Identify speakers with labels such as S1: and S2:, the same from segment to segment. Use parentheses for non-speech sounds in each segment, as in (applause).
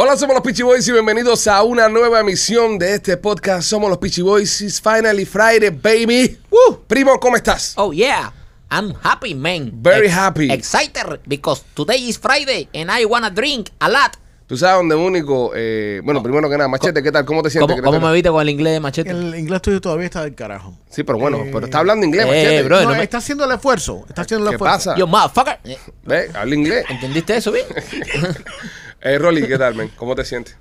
S1: Hola, somos los Peachy Boys y bienvenidos a una nueva emisión de este podcast. Somos los Peachy Boys. It's finally Friday, baby. Woo. Primo, ¿cómo estás?
S2: Oh, yeah. I'm happy, man.
S1: Very happy.
S2: Excited because today is Friday and I wanna drink a lot.
S1: Tú sabes dónde único. eh, bueno, primero que nada, Machete, ¿qué tal? ¿Cómo te sientes?
S2: Ah, ¿Cómo,
S1: ¿Qué
S2: cómo
S1: tal?
S2: me viste con el inglés de machete?
S3: El inglés tuyo todavía está del carajo.
S1: Sí, pero bueno, pero está hablando inglés,
S2: Eh,
S1: Machete.
S2: bro. Oye,
S3: No,
S2: no me-
S3: Está haciendo el esfuerzo. Está haciendo el
S1: ¿Qué
S3: esfuerzo.
S1: pasa?
S2: Yo, motherfucker. Eh,
S1: Ve, habla
S2: (laughs)
S1: inglés.
S2: ¿Entendiste eso bien?
S1: Eh, Rolly, ¿qué tal, men? ¿Cómo te sientes?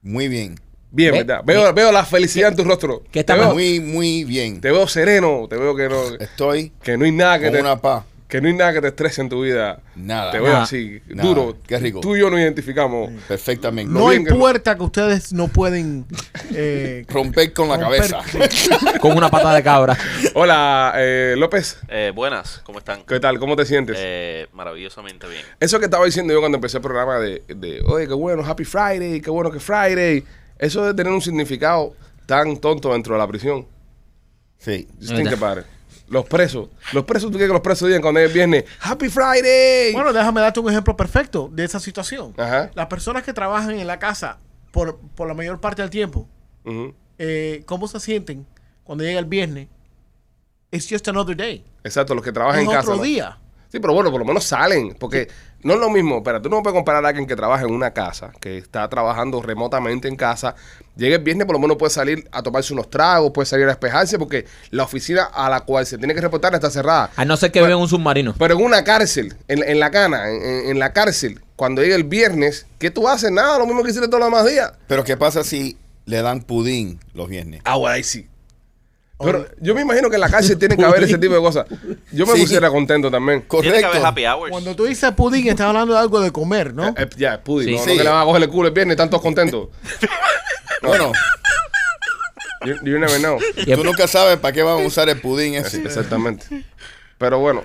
S4: Muy bien.
S1: Bien,
S2: Ve,
S1: ¿verdad? Veo, veo la felicidad en tu rostro.
S2: ¿Qué está
S1: te, veo,
S2: mejor?
S4: Muy, muy bien.
S1: te veo sereno, te veo que no,
S4: Estoy
S1: que no hay nada que
S4: con
S1: te,
S4: una paz.
S1: que no hay nada que te estrese en tu vida.
S4: Nada.
S1: Te veo
S2: Nada.
S1: así,
S4: Nada.
S1: duro.
S4: Qué rico.
S1: Tú y yo nos identificamos.
S4: Perfectamente.
S1: Lo
S3: No hay
S1: bien que-
S3: puerta que ustedes
S1: (laughs)
S3: no pueden eh,
S4: Romper con la
S3: romper.
S4: cabeza.
S2: con una pata de cabra.
S1: Hola, eh, López.
S5: Eh, buenas, ¿cómo están?
S1: ¿Qué tal? ¿Cómo te sientes?
S5: Eh, maravillosamente bien.
S1: Eso que estaba diciendo yo cuando empecé el programa de, de, oye, qué bueno, Happy Friday, qué bueno que Friday. Eso de tener un significado tan tonto dentro de la prisión.
S4: (laughs) Sí.
S1: Just
S2: Es
S1: think
S2: verdad.
S1: about it. Los presos. Los presos, ¿tú crees que los presos digan cuando es viernes? ¡Happy Friday!
S3: Bueno, déjame darte un ejemplo perfecto de esa situación.
S1: Ajá.
S3: Las personas que trabajan en la casa por, por la mayor parte del tiempo,
S1: Ujú.
S3: eh, ¿cómo se sienten cuando llega el viernes? It's just another day.
S1: Exacto, los que
S3: Es
S1: trabajan en casa.
S3: otro
S1: ¿no?
S3: día.
S1: Sí, pero bueno, por lo menos salen. Porque no es lo mismo. Espera, tú no puedes comparar a alguien que trabaja en una casa, que está trabajando remotamente en casa. Llega el viernes, por lo menos puede salir a tomarse unos tragos, puede salir a despejarse, porque la oficina a la cual se tiene que reportar está cerrada.
S2: A no ser que vive en un submarino.
S1: Pero en una cárcel, en, en la cana, en, en- en la cárcel, cuando llega el viernes, ¿qué tú haces? Nada, lo mismo que hiciste todos los demás días.
S4: Pero ¿qué pasa si le dan pudín los viernes?
S1: Ah, bueno, ahí sí. Pero yo me imagino que en la cárcel tiene que haber ese tipo de cosas. Yo me
S4: Sí.
S1: pusiera contento también.
S5: Tiene que haber
S4: Correcto.
S5: happy
S2: Pues.
S5: hours. (laughs)
S3: Cuando tú dices pudding, estás hablando de algo de comer, ¿no?
S1: Eh, eh, ya, es pudding.
S2: Sí.
S1: no, No
S4: Sí.
S1: que le van a coger el culo el viernes, están todos contentos.
S4: Bueno,
S1: You, you never know.
S2: Y
S4: tú
S2: el-
S4: nunca sabes para qué van a usar el pudín
S1: Es-
S4: ese.
S1: Exactamente. Pero bueno.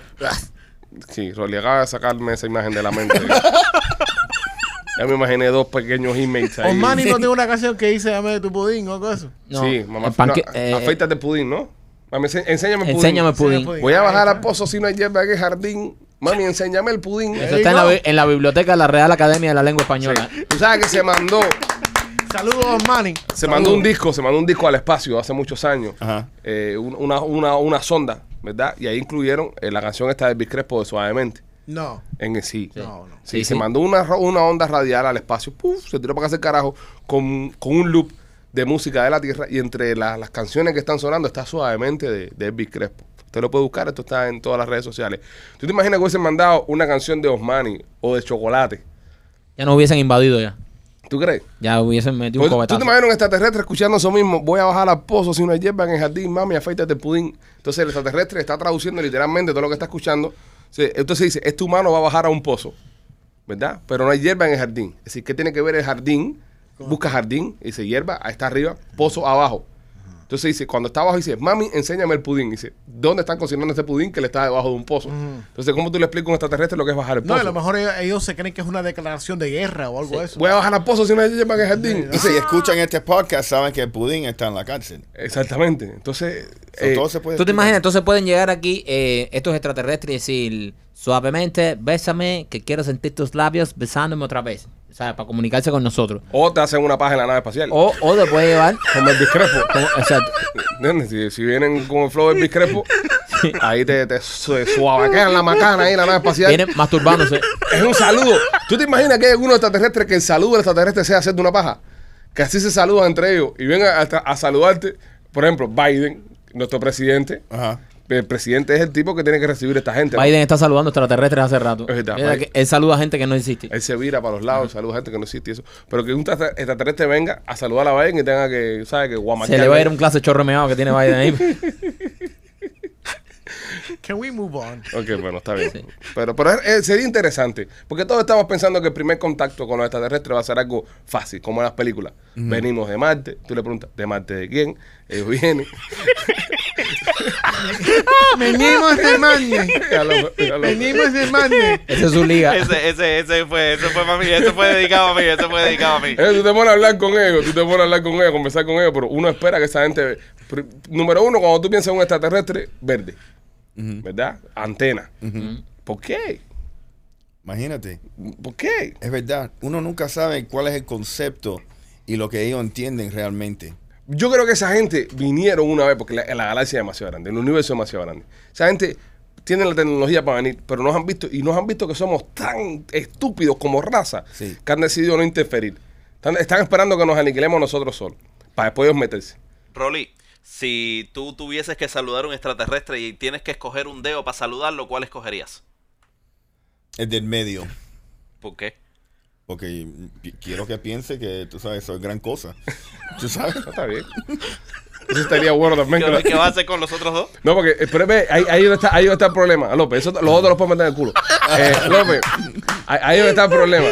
S1: Sí, Rolly, acaba de sacarme esa imagen de la mente. Ya me imaginé dos pequeños inmates eh, ahí.
S3: Osmani no tiene una canción que dice dame de tu pudín o algo de eso.
S2: no,
S1: sí, mamá.
S2: el panque-
S1: no,
S2: eh,
S1: afeítate pudín, ¿no? Mami, ense- enséñame el pudín.
S2: enséñame el
S3: Enséñame
S2: pudín.
S3: el pudín.
S1: Voy a bajar
S3: Ahí
S1: al
S3: está.
S1: pozo si no hay hierba en el jardín. Mami, enséñame el pudín.
S2: Eso está en la, bi- en la biblioteca de la Real Academia de la Lengua Española.
S1: Sí. Tú sabes que se mandó,
S3: Saludos, Osmani.
S1: se mandó un disco, se mandó un disco al espacio hace muchos años.
S4: Ajá.
S1: Eh, un- una, una, una sonda, ¿verdad? Y ahí incluyeron eh, la canción esta de Elvis Crespo de Suavemente.
S3: No.
S1: En el sí.
S3: No, no.
S1: Sí,
S2: Sí,
S1: se
S2: sí.
S1: mandó una, ro- una onda radial al espacio, ¡puf! se tiró para acá ese carajo con, con un loop de música de la Tierra y entre la- las canciones que están sonando está suavemente de, de Elvis Crespo. Usted lo puede buscar, esto está en todas las redes sociales. ¿Tú te imaginas que hubiesen mandado una canción de Osmani o de Chocolate?
S2: Ya nos hubiesen invadido ya.
S1: ¿Tú crees?
S2: Ya hubiesen metido un
S1: Pues, ¿Tú te
S2: cobetazo.
S1: imaginas un extraterrestre escuchando eso mismo? Voy a bajar al pozo si no hay hierba en el jardín, mami, afeítate el pudín. Entonces el extraterrestre está traduciendo literalmente todo lo que está escuchando. Sí, Entonces dice, este humano va a bajar a un pozo, ¿verdad? Pero no hay hierba en el jardín. Es decir, ¿qué tiene que ver el jardín? Busca jardín, y dice hierba, ahí está arriba, pozo abajo. Entonces dice, cuando está abajo, dice, mami, enséñame el pudín. Dice, ¿dónde están cocinando ese pudín que le está debajo de un pozo? Entonces, ¿cómo tú le explicas a un extraterrestre lo que es bajar el
S3: No,
S1: pozo?
S3: a lo mejor ellos, ellos se creen que es una declaración de guerra o algo de eso.
S1: Voy a bajar al pozo si no hay hierba en el jardín.
S4: Y si escuchan este podcast, saben que el pudín está en la cárcel.
S1: Exactamente. Entonces,
S4: So,
S1: eh,
S4: todo se puede
S2: ¿Tú te
S4: explicar.
S2: imaginas? Entonces pueden llegar aquí eh, estos extraterrestres y decir suavemente, bésame, que quiero sentir tus labios besándome otra vez. O sea, para comunicarse con nosotros.
S1: O te hacen una paja en la nave espacial.
S2: O, o te puede llevar.
S1: Como el discrepo.
S2: (laughs) como- o sea,
S1: ¿Entiendes? Si, si vienen con el flow del discrepo, ahí te, te su- suabaquean la macana ahí en la nave espacial.
S2: vienen
S1: (laughs)
S2: masturbándose.
S1: Es un saludo. ¿Tú te imaginas que hay alguno extraterrestre que el saludo del extraterrestre sea hacerte una paja? Que así se saludan entre ellos y vengan a, a saludarte. Por ejemplo, Biden, nuestro presidente.
S4: Ajá.
S1: El presidente es el tipo que tiene que recibir a esta gente. ¿no?
S2: Biden está saludando extraterrestres hace rato.
S1: Es verdad,
S2: Mira
S1: Biden.
S2: que él saluda a gente que no existe.
S1: Él se vira para los lados, saluda a gente que no existe y eso. Pero que un extra- extraterrestre venga a saludar a Biden y tenga que, ¿sabes? Que
S2: Se
S1: guamaquear. (laughs)
S2: le va a ir un clase chorro meado que tiene Biden ahí.
S3: Can we move on?
S1: Ok, bueno, está bien. Pero, pero es- es- sería interesante, porque todos estamos pensando que el primer contacto con los extraterrestres va a ser algo fácil, como en las películas. Venimos de Marte, tú le preguntas, ¿de Marte de quién? Ellos vienen.
S3: (laughs) Venimos de Mande.
S1: Ya lo- ya lo-
S3: Venimos de Mande.
S2: Esa es su liga.
S1: (laughs)
S5: Ese, ese, ese fue, ese fue para mí, ese fue dedicado a mí, ese fue dedicado a mí.
S1: Eh, tú te pones a hablar con ellos, tú te pones a hablar con ellos, a conversar con ellos, pero uno espera que esa gente. pr- Número uno, cuando tú piensas en un extraterrestre, verde. ¿Verdad? Antena. ¿Por qué?
S4: Imagínate.
S1: ¿Por qué?
S4: Es verdad. Uno nunca sabe cuál es el concepto y lo que ellos entienden realmente.
S1: Yo creo que esa gente vinieron una vez, porque la, la galaxia es demasiado grande, el universo es demasiado grande. Esa gente tiene la tecnología para venir, pero nos han visto y nos han visto que somos tan estúpidos como raza
S4: Sí.
S1: que han decidido no interferir. Están, están esperando que nos aniquilemos nosotros solos, para después ellos meterse.
S5: Rolly, si tú tuvieses que saludar a un extraterrestre y tienes que escoger un dedo para saludarlo, ¿cuál escogerías?
S4: El del medio.
S5: ¿Por qué?
S4: Porque pi- quiero que piense que, tú sabes, eso es gran cosa. (laughs) ¿Tú sabes?
S1: No, está bien. Eso estaría bueno también. que
S5: ¿Qué,
S1: lo-
S5: qué vas a hacer con los otros dos?
S1: No, porque, eh, pero ve, ahí, ahí, donde está, ahí donde está el problema, Ah, López. Eso, los otros los puedo meter en el culo. Eh, López, ahí, ahí donde está el problema.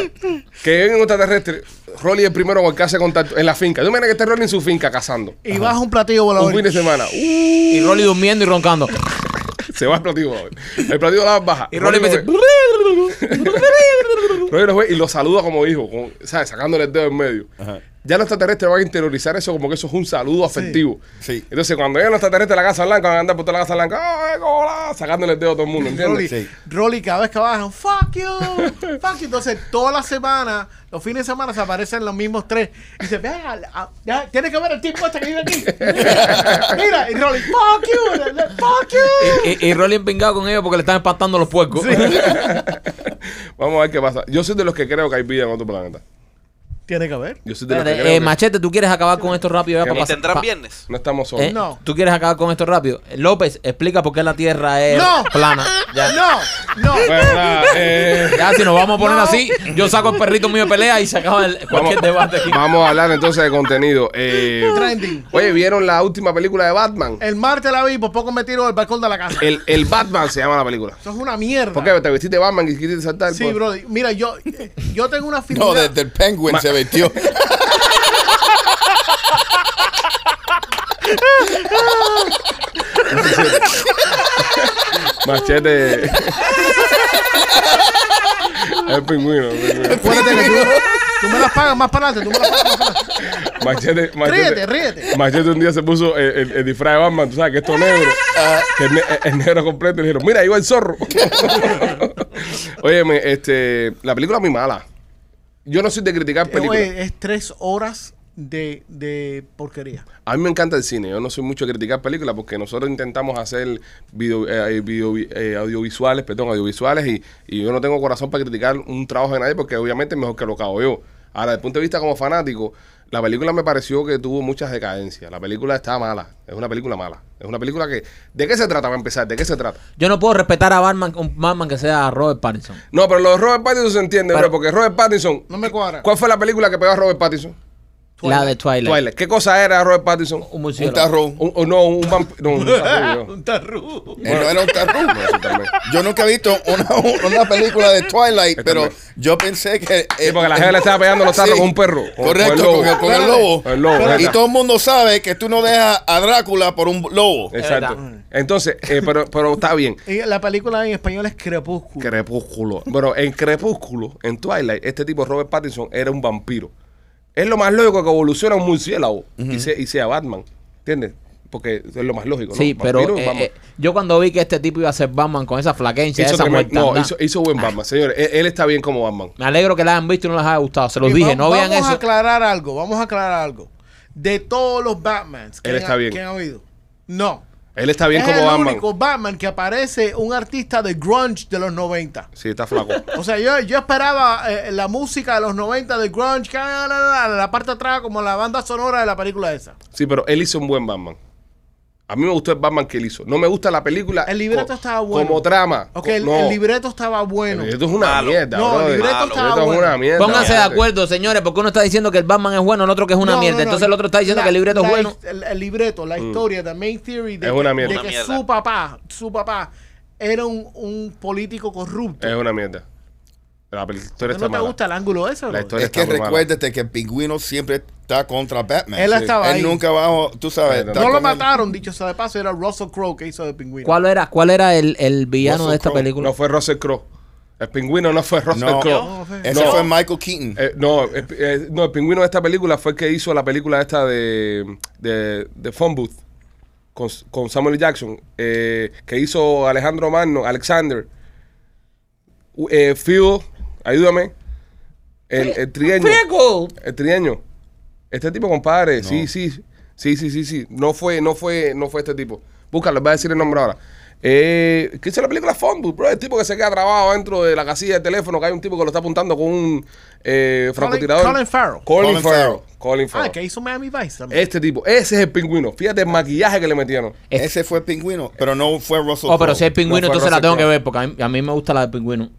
S1: Que venga un extraterrestre, Rolly es el primero con el que hace contacto en la finca. Tú mira que esté Rolly en su finca cazando.
S3: Y baja un platillo
S1: Un
S3: volador.
S1: fin de semana. Uh,
S2: Y Rolly durmiendo y roncando.
S1: se va el platillo. volador. El platillo la baja.
S2: Y Rolly me dice.
S1: lo ve. Rolly lo ve y lo saluda como hijo, con- ¿sabes? Sacándole el dedo en medio.
S4: Ajá.
S1: Ya los extraterrestres van a interiorizar eso como que eso es un saludo afectivo.
S4: Sí.
S1: Entonces, cuando lleguen los extraterrestres a la Casa Blanca, van a andar por toda la Casa Blanca, ¡ay, hola! Sacándole el dedo a todo el mundo,
S3: Rolly,
S1: ¿entiendes?
S4: Sí.
S3: Rolly, cada vez que bajan, fuck you, fuck you. Entonces, todas las semanas, los fines de semana, se aparecen los mismos tres. Y dice, vea, al- a- ya, tienes que ver el tipo este que
S1: (laughs)
S3: vive aquí. Mira, y Rolly, fuck you, le- le- fuck you.
S2: Y, y- y Rolly empingado con ellos porque le están espantando los puercos.
S1: (laughs) Vamos a ver qué pasa. Yo soy de los que creo que hay vida en otro planeta.
S3: Tiene que haber.
S1: Yo soy de los que creo
S2: Espérate, eh,
S1: que
S2: machete, ¿tú quieres acabar con esto rápido? Ya, para
S5: ¿Y
S2: pasar-
S5: tendrán
S1: Ah.
S2: pa-
S5: viernes?
S1: no estamos solos.
S2: Eh,
S3: No.
S2: ¿Tú quieres acabar con esto rápido? Eh, López, explica por qué la Tierra es
S3: No.
S2: plana. Ya.
S3: No, no.
S1: Bueno, nada, eh,
S2: Ya, si nos vamos a poner
S3: No.
S2: así, yo saco el perrito mío de pelea y se acaba el,
S1: vamos,
S2: cualquier debate aquí.
S1: vamos a hablar entonces de contenido. Eh,
S3: Trending.
S1: oye, ¿vieron la última película de Batman?
S3: El martes la vi, por poco me tiro del balcón de la casa.
S1: El, el Batman se llama la película.
S3: Eso es una mierda.
S1: Eh, ¿Por qué? ¿Te vestiste de Batman y quisiste saltar?
S3: Sí,
S1: Pues,
S3: bro. Mira, yo, yo tengo una figura.
S4: No, de- del penguin se vestió.
S1: Machete. el pingüino. el pingüino.
S3: Acuérdate que tú, (laughs) tú me las pagas más para adelante. Tú me las pagas más para adelante.
S1: Machete, machete.
S3: Ríete, ríete.
S1: Machete un día se puso eh, el, el- el disfraz de Batman, tú sabes que esto es negro, que es, ne- eh, es negro completo, y le dijeron, mira, ahí va el zorro. (laughs) Óyeme, este, la película es muy mala. Yo no soy de criticar
S3: Eh,
S1: películas.
S3: oye, es tres horas de, de porquería.
S1: A mí me encanta el cine, yo no soy mucho de criticar películas porque nosotros intentamos hacer video, eh, video- eh, audiovisuales, perdón, audiovisuales y, y yo no tengo corazón para criticar un trabajo de nadie porque obviamente es mejor que lo que hago yo. Ahora, desde el punto de vista como fanático, la película me pareció que tuvo muchas decadencias. La película está mala, es una película mala. Es una película que... ¿De qué se trata para empezar? ¿De qué se trata?
S2: Yo no puedo respetar a Batman, un Batman que sea Robert Pattinson.
S1: No, pero lo de Robert Pattinson se entiende,
S2: Pero-
S1: bro, porque Robert Pattinson...
S3: No me cuadra.
S1: ¿Cuál fue la película que pegó a Robert Pattinson?
S2: La de Twilight.
S1: Twilight. ¿Qué cosa era Robert Pattinson?
S2: Un
S4: Un
S2: murciélago.
S4: tarrón.
S1: Un- o no, un vampiro. No, un vampiro.
S3: Un (laughs) tarru.
S4: Él no era un tarrón.
S1: No, eso también.
S4: Yo nunca he visto una, una película de Twilight,
S1: Yo
S4: pero
S1: también.
S4: yo pensé que.
S1: Sí,
S4: eh,
S1: porque la gente le estaba pegando los tarros
S4: sí,
S1: con un perro. con- con el
S4: correcto,
S1: lobo.
S4: con el, con el lobo.
S1: Con el lobo, es
S4: Y
S1: verdad.
S4: todo el mundo sabe que tú no dejas a Drácula por un lobo.
S1: Exacto.
S2: Es
S1: Entonces, eh, pero, pero está bien.
S3: Y la película en español es Crepúsculo.
S1: Crepúsculo. Bueno, en Crepúsculo, en Twilight, este tipo Robert Pattinson era un vampiro. Es lo más lógico que evoluciona un murciélago y, sea, y sea Batman. ¿Entiendes? Porque es lo más lógico. ¿no?
S2: Sí, pero
S1: Vampiro,
S2: eh,
S1: vamos.
S2: eh, yo cuando vi que este tipo iba a ser Batman con esa flaquencia,
S1: hizo,
S2: esa
S1: tremendo- no,
S2: muertandad,
S1: hizo- hizo buen Batman, señores. Él, él está bien como Batman.
S2: me alegro que la hayan visto y no les haya gustado. Se los
S3: Y
S2: dije,
S3: va-
S2: no vean
S3: Vamos a
S2: eso.
S3: aclarar algo, vamos a aclarar algo. De todos los Batmans que,
S1: Él
S3: han-
S1: está bien.
S3: que han habido. No.
S1: Él está bien
S3: es
S1: como
S3: el
S1: Batman.
S3: único Batman que aparece un artista de grunge de los 90.
S1: Sí, está flaco.
S3: O sea, yo, yo esperaba eh, la música de los 90 de grunge, que- ah, la, la, la, la parte de atrás como la banda sonora de la película esa.
S1: Sí, pero él hizo un buen Batman. A mí me gustó el Batman que él hizo. No me gusta la película.
S3: El libreto
S1: co-
S3: estaba bueno.
S1: Como trama.
S3: Ok,
S1: Co-
S3: el,
S1: no.
S3: el libreto estaba bueno.
S1: El libreto es una
S5: Malo.
S1: mierda.
S3: No, el
S1: brother.
S3: libreto
S1: El
S3: estaba
S1: libreto es
S3: bueno.
S1: una mierda.
S6: Pónganse de
S1: brother.
S6: acuerdo, señores, porque uno está diciendo que el Batman es bueno, el otro que es una
S3: No,
S6: mierda.
S3: no, no.
S6: Entonces el otro está diciendo
S3: La-
S6: que el libreto es
S3: la
S6: bueno.
S3: his- El, el libreto, la historia, The Main Theory de,
S1: Mm. Es
S3: que-
S1: una
S3: de
S1: mierda.
S3: que
S5: Una mierda.
S3: su papá, su papá era un, un político corrupto.
S1: Es una mierda. La pel- historia
S3: ¿No
S1: está
S3: te
S1: mala.
S3: gusta el ángulo ese?
S1: La
S3: bro?
S1: historia
S4: es que
S1: está muy mala.
S4: recuérdate que el pingüino siempre está contra Batman.
S3: Él
S4: Sí.
S3: estaba ahí.
S4: Él nunca bajo, tú sabes.
S1: No
S4: está
S3: No lo
S4: con él.
S3: mataron, dicho sea de paso, era Russell Crowe que hizo de pingüino.
S6: ¿Cuál era, cuál era el, el villano
S4: Russell
S6: de esta
S4: Crowe.
S6: película?
S1: No fue Russell Crowe. El pingüino no fue Russell
S4: No,
S1: Crowe.
S3: No, fue-
S4: ese
S1: No.
S4: fue Michael Keaton.
S1: Eh, no, el, eh, no, el pingüino de esta película fue el que hizo la película esta de, de, de Phone Booth con, con Samuel L. Jackson, eh, que hizo Alejandro Magno, Alexander, U- eh, Phil, ayúdame, el, el trieño,
S6: ¡Friego!
S1: el trieño, este tipo compadre,
S4: No.
S1: sí, sí, sí, sí, sí, sí, no fue, no fue, no fue este tipo, búscalo, voy a decir el nombre ahora. Eh, ¿Qué hizo la película Phone Booth, bro? El tipo que se queda trabado dentro de la casilla de teléfono, que hay un tipo que lo está apuntando con un eh, francotirador.
S3: Colin
S1: Colin,
S3: Farrell.
S4: Colin
S1: Farrell.
S4: Farrell.
S1: Colin Farrell.
S3: Ah, que hizo Miami Vice también.
S1: Este tipo, ese es el pingüino. Fíjate el maquillaje que le metieron.
S6: es-
S4: Ese fue el pingüino, pero no fue Russell
S6: Oh, pero
S4: Crowe.
S6: si es pingüino,
S1: No fue
S6: entonces la
S1: Russell
S6: tengo que
S1: Crowe.
S6: ver, porque a mí, a mí me gusta la del pingüino.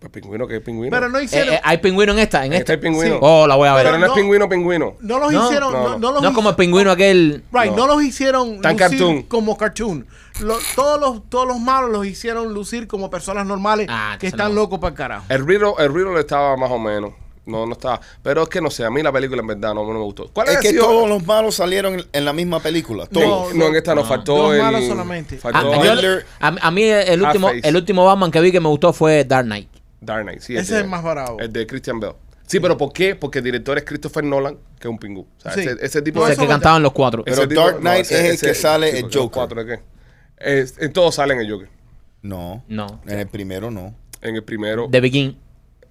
S1: Pues pingüino, que es pingüino.
S3: Pero no hicieron.
S6: Eh, eh, ¿Hay pingüino en esta? En
S1: Ahí está
S6: esta.
S1: el Este pingüino.
S6: Oh, la voy a ver.
S1: pero no,
S3: no-
S1: es pingüino, pingüino.
S3: no los
S6: No,
S3: hicieron.
S1: no,
S3: No,
S1: no.
S3: no los
S6: no es como el
S3: hici-
S6: pingüino aquel.
S3: Right,
S1: No.
S3: no. los hicieron
S1: Tan cartoon.
S3: como cartoon. Lo- todos, los, todos los malos los hicieron lucir como personas normales
S6: Ah,
S3: que
S6: entonces
S3: están
S6: no.
S3: locos para el carajo.
S1: El Riro, el Riro le estaba más o menos. No, no estaba. Pero es que no sé, a mí la película en verdad no, no me gustó. ¿Cuál
S4: Es
S1: era
S4: que
S1: el tío?
S4: todos los malos salieron en, en la misma película.
S1: No,
S4: Todos.
S1: no, en esta nos
S6: no.
S1: faltó
S3: Dos
S1: el-
S3: malos solamente.
S6: Ah,
S1: Faltó
S4: Ah,
S6: yo-
S1: el
S4: Hitler.
S6: a, a mí el último,
S1: Half-Face.
S6: el último Batman que vi que me gustó fue Dark Knight.
S1: Dark Knight, sí.
S3: Ese
S1: de-
S3: es el más bravo.
S1: El de Christian Bell. Sí, pero ¿por qué? Porque el director es Christopher Nolan, que es un pingú. O sea,
S3: Sí.
S1: ese, ese tipo
S3: No,
S6: Ese
S3: eso
S6: que
S3: verdad.
S6: cantaban los cuatro.
S1: ese
S4: Pero
S1: tipo-
S4: Dark Knight
S1: ese-
S4: es el
S1: ese-
S4: que sale el
S1: tipo, los
S4: Joker.
S1: cuatro, ¿de qué? Es- en todos salen el Joker.
S4: No.
S6: No.
S4: En el primero no.
S1: En el primero.
S6: The Begin.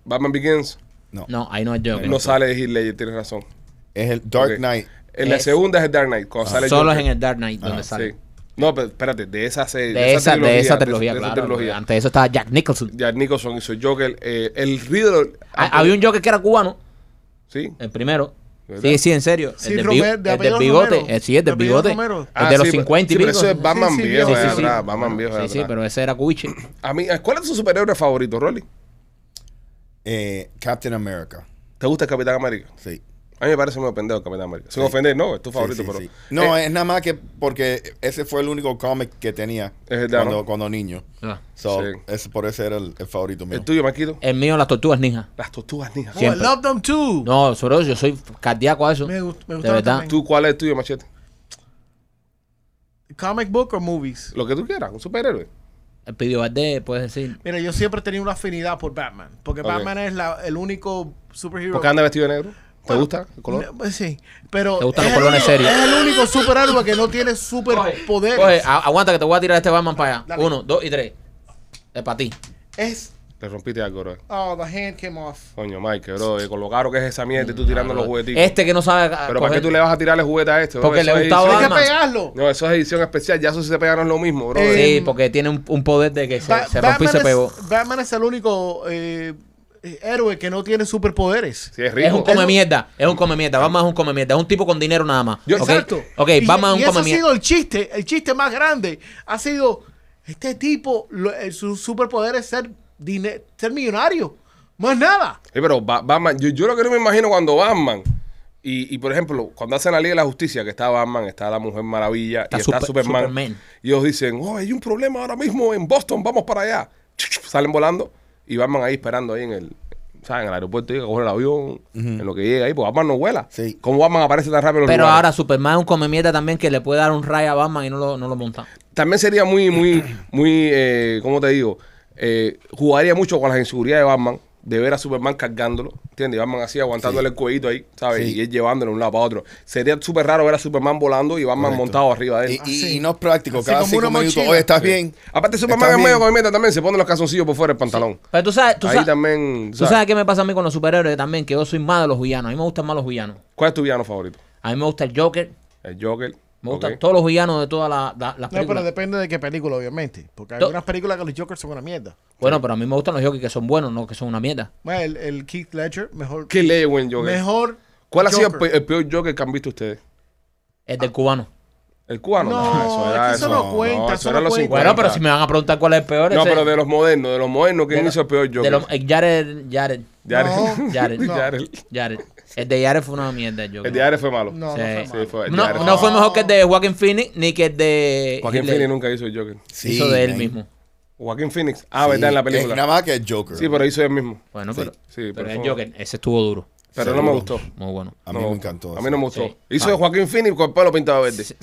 S1: Batman Begins.
S4: No.
S6: No, ahí no es Joker.
S1: No sale Heath Ledger, tienes razón.
S4: Es el Dark
S1: Ok.
S4: Knight.
S1: En la
S6: Es-
S1: segunda es el Dark Knight. Cuando sale
S6: Solo es
S1: Joker.
S6: en el Dark Knight donde sale.
S1: Sí. No, pero espérate, de esa, se-
S6: De, esa, de esa trilogía,
S1: de esa
S6: claro.
S1: trilogía.
S6: Antes de eso estaba Jack Nicholson.
S1: Jack Nicholson hizo Joker. eh, el Riddler.
S6: Ah, Había un Joker que era cubano,
S1: Sí.
S6: el primero.
S1: ¿Verdad?
S6: Sí, sí, en serio.
S3: Sí,
S6: el del,
S3: Romero,
S6: bi-
S3: de
S6: el del
S3: apellido
S6: bigote.
S3: Romero.
S6: Eh, sí, el
S3: De
S6: del
S3: apellido
S6: bigote.
S3: Romero.
S6: El de los
S1: Ah, sí, pero-
S6: 50 y
S1: sí,
S6: pico.
S1: pero eso es Batman
S3: sí,
S1: viejo.
S3: sí,
S1: de
S3: sí, sí.
S1: atrás, Batman viejo. de
S6: Sí, sí,
S1: atrás.
S6: pero ese era Cubiche.
S1: A mí, ¿cuál es tu superhéroe favorito, Rolly?
S4: Eh, Captain America.
S1: ¿Te gusta el Capitán América?
S4: Sí.
S1: A mí me parece muy pendejo el Capitán América. Sin
S4: Sí.
S1: ofender, no, es tu favorito,
S4: Sí, sí,
S1: pero.
S4: sí. No,
S1: Eh,
S4: es nada más que porque ese fue el único cómic que tenía
S1: Es verdad,
S4: cuando,
S1: ¿no?
S4: cuando niño.
S6: Ah.
S4: So,
S1: Sí.
S4: ese, por ese era el, el favorito mío.
S1: el tuyo, Maquito.
S6: El mío, las tortugas ninja.
S1: Las tortugas ninjas.
S3: Oh, I
S6: Siempre.
S3: love them too.
S6: No, Soros, yo soy cardíaco a eso.
S3: Me gust- me
S6: de
S3: gustaba
S6: verdad.
S3: también.
S1: ¿Tú cuál es el tuyo, Machete?
S3: Comic book o movies.
S1: Lo que tú quieras, un superhéroe.
S6: El pidió Valdés, puedes decir.
S3: Mira, yo siempre he tenido una afinidad por Batman. Porque
S1: Ok.
S3: Batman es la- el único superhéroe.
S1: Porque anda vestido de negro. ¿Te
S3: Bueno,
S1: gusta el color?
S3: no, pues sí, pero.
S6: Te gustan
S3: es
S6: los
S3: el
S6: colores
S3: único-
S6: serios.
S3: Es el único superhéroe que no tiene
S6: Coge,
S3: superpoderes.
S6: a- aguanta que te voy a tirar este Batman para allá.
S3: Pues, Dale.
S6: Uno, dos y tres. Es para ti.
S3: Es.
S1: Te rompiste algo, bro.
S3: Oh, the hand came off.
S1: Coño, Mike, bro, con lo caro que es esa mierda y tú tirando los juguetitos.
S6: Este que no sabe. ah,
S1: Pero ¿para qué
S6: coger.
S1: tú le vas a tirar el juguete a este? bro?
S6: Porque
S1: Eso
S6: le
S1: es
S6: gustaba
S1: edición-
S3: Hay que
S6: Batman.
S3: pegarlo.
S1: No, eso es edición especial. Ya eso si se pega no es lo mismo, bro.
S3: Eh,
S6: Sí, porque tiene un, un poder de que se,
S3: Ba-
S6: se rompió y se
S3: es-
S6: pegó.
S3: Batman es el único eh, eh, héroe que no tiene superpoderes.
S1: sí, es rico.
S6: Es un come mierda, es un come mierda. Batman es un come mierda, es un tipo con dinero nada más.
S1: Yo-
S6: ¿ok?
S3: Exacto.
S6: Ok,
S3: Y-
S6: Batman
S3: y
S6: es un
S3: ese
S6: come
S3: ha
S6: mierda.
S3: sido el chiste, el chiste más grande. Ha sido, este tipo, lo- eh, su superpoder es ser, dine- ser millonario. Más nada.
S1: Sí, pero Ba- Batman, yo, yo lo que no me imagino cuando Batman. Y, y, por ejemplo, cuando hacen la Liga de la Justicia, que está Batman, está la Mujer Maravilla
S6: Está
S1: y está
S6: Super-
S1: Superman,
S6: Superman.
S1: Y ellos dicen, oh, hay un problema ahora mismo en Boston, vamos para allá. Chup, chup, Salen volando y Batman ahí esperando ahí en el, ¿sabes? en el aeropuerto, llega, coge el avión, en lo que llega ahí, porque Batman no vuela.
S4: Sí.
S1: ¿Cómo Batman aparece tan rápido? en los
S6: Pero
S1: lugares?
S6: ahora Superman es un come mierda también que le puede dar un rayo a Batman y no lo, no lo monta.
S1: también sería muy, muy, muy, eh, ¿cómo te digo? Eh, jugaría mucho con las inseguridades de Batman, de ver a Superman cargándolo, ¿entiendes? Y Batman así aguantándole el cuellito ahí, ¿sabes?
S4: Sí.
S1: Y él llevándolo de un lado para otro. Sería súper raro ver a Superman volando y Batman
S4: Correcto.
S1: montado arriba de él.
S4: Y, y-
S3: Así.
S4: y no es práctico.
S3: Así
S4: Cada
S3: como
S4: cinco
S3: una
S4: minutos,
S3: mochila.
S4: oye, ¿estás bien?
S1: Aparte,
S4: ¿Estás
S1: Superman es medio
S4: bien?
S1: movimiento también, se pone los calzoncillos por fuera del pantalón.
S6: Pero tú sabes, tú
S1: ahí
S6: sabes,
S1: también,
S6: tú
S1: ¿sabes?
S6: sabes qué me pasa a mí con los superhéroes también, que yo soy más de los villanos. A mí me gustan más los villanos.
S1: ¿Cuál es tu villano favorito?
S6: A mí me gusta el Joker,
S1: El Joker.
S6: me gustan
S1: ok.
S6: todos los villanos de todas la- la- las
S3: No, pero
S6: películas.
S3: depende de qué película, obviamente. Porque hay
S6: No.
S3: unas películas que los Jokers son una mierda.
S6: Bueno, pero a mí me gustan los Jokers que son buenos, no que son una mierda.
S3: Bueno, El, el Keith Ledger, mejor.
S1: ¿Qué lee buen Joker?
S3: mejor.
S1: ¿Cuál ha sido el,
S3: Joker.
S1: pe- el peor Joker que han visto ustedes?
S6: El del cubano.
S1: El cubano.
S3: No, es que eso no cuenta, eso
S1: era
S3: no
S1: los
S3: cuenta.
S6: Bueno,
S1: 50.
S6: pero si me van a preguntar cuál es el peor,
S1: No,
S6: ese-
S1: pero de los modernos, de los modernos, ¿quién
S6: de lo-
S1: hizo el peor Joker?
S6: de lo- eh, Jared, Jared,
S1: Jared.
S3: No,
S6: Jared.
S3: no.
S1: (laughs) Jared.
S6: Jared. El de Jared fue una mierda,
S1: El
S6: yo creo.
S1: de Jared fue malo.
S3: No,
S6: Sí.
S3: no fue
S1: Sí,
S3: malo.
S1: fue el de
S6: No,
S1: Jared.
S6: no fue mejor que el de Joaquin Phoenix ni que el de.
S1: Joaquín
S6: Hitler.
S1: Phoenix nunca hizo el Joker.
S4: Sí,
S6: Hizo de él
S4: man.
S6: mismo.
S1: Joaquín Phoenix. Ah,
S4: Sí,
S1: ¿verdad? En la
S4: es nada
S1: película.
S4: más que el Joker.
S1: Sí, pero hizo él mismo.
S6: Bueno,
S4: Sí.
S6: pero.
S1: Sí,
S6: pero
S1: pero
S6: el
S1: fue-
S6: Joker, ese estuvo duro.
S1: Pero no me gustó.
S6: Muy bueno.
S4: A
S1: No
S4: mí me
S1: gustó.
S4: encantó.
S1: A mí no me gustó.
S6: Sí.
S1: Hizo
S6: Ah.
S1: de Joaquín Phoenix con el pelo pintado de verde.
S4: Sí.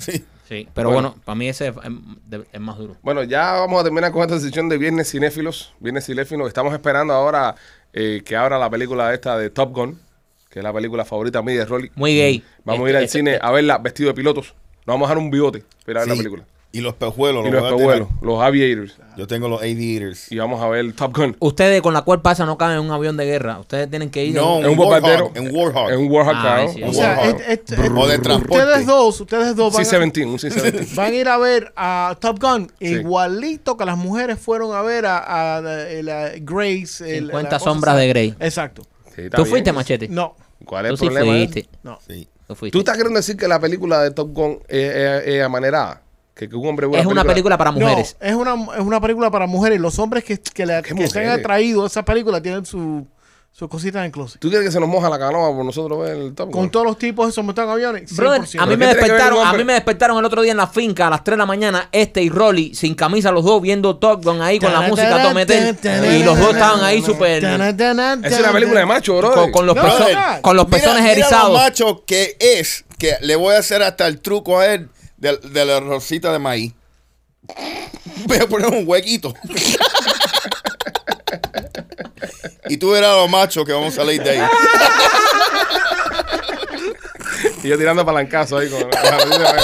S6: Sí, pero bueno,
S1: Bueno.
S6: para mí ese es, es- es más duro.
S1: Bueno, ya vamos a terminar con esta sesión de Viernes Cinéfilos. Viernes Cinéfilos. Estamos esperando ahora eh, que abra la película esta de Top Gun, que es la película favorita mía de Rolly.
S6: Muy gay.
S1: Vamos
S6: Este-
S1: a ir al
S6: este-
S1: cine a verla vestido de pilotos. Nos vamos a dejar un bigote para ver la
S4: Sí.
S1: película.
S4: Y los pejuelos.
S1: Y los
S4: voy a
S1: espejuelos, los aviators.
S4: tener. Yo tengo los aviators.
S1: Y vamos a ver Top Gun.
S6: Ustedes con la cual pasa no caben en un avión de guerra. Ustedes tienen que ir.
S4: No,
S1: Es un
S4: un
S1: bombardero.
S4: Warhawk. Un Warhawk.
S1: Es un Warhawk,
S6: Ah,
S1: claro.
S6: sí,
S1: Un
S3: O sea,
S1: Warhawk.
S3: este- este- este-
S4: O de transporte.
S3: ustedes dos, ustedes dos van, a,
S1: C-17, un C-17.
S3: van a ir a ver a Top Gun
S1: Sí.
S3: igualito que las mujeres fueron a ver a, a la- el, a Grace. el-
S6: 50
S3: la cosa
S6: sombras
S3: esa.
S6: de Grey.
S3: Exacto.
S1: Sí, está
S6: ¿Tú
S1: bien.
S6: fuiste, Machete?
S3: No,
S1: ¿Cuál es
S6: Tú
S1: el
S6: sí
S1: problema? eh?
S6: fuiste.
S3: no.
S4: Sí.
S6: Tú fuiste.
S1: ¿Tú estás queriendo decir que la película de Top Gun es, es- es amanerada? Que, que un hombre ve
S6: Es una película para
S3: No,
S6: mujeres.
S3: es, una, es una película para mujeres. Los hombres que, que, la-
S1: ¿Qué
S3: que se han
S1: mujeres?
S3: atraído a esa película tienen sus su cositas en el closet.
S1: ¿Tú quieres que se nos moja la canoa por nosotros ver el Top Gun?
S3: Con todos los tipos esos montados en aviones.
S6: Brother,
S3: 100%.
S6: a mí
S1: ¿Pero
S6: me
S1: qué tiene que ver
S6: despertaron,
S1: un
S6: a
S1: hombre?
S6: mí me despertaron el otro día en la finca a las 3 de la mañana, este y Rolly sin camisa los dos viendo Top Gun ahí con la música a todo meter y los dos estaban ahí súper
S1: es una película de macho, bro.
S6: con, con los
S3: No,
S6: pezo-
S3: brother,
S6: con los
S4: Mira-
S6: pezones
S4: mira lo
S6: erizados.
S4: macho que es, que le voy a hacer hasta el truco a él de, de la rosita de maíz. (laughs) Voy a poner un huequito. (laughs) y tú verás lo macho que vamos a salir de ahí.
S1: Y yo tirando palancazo ahí con... con la-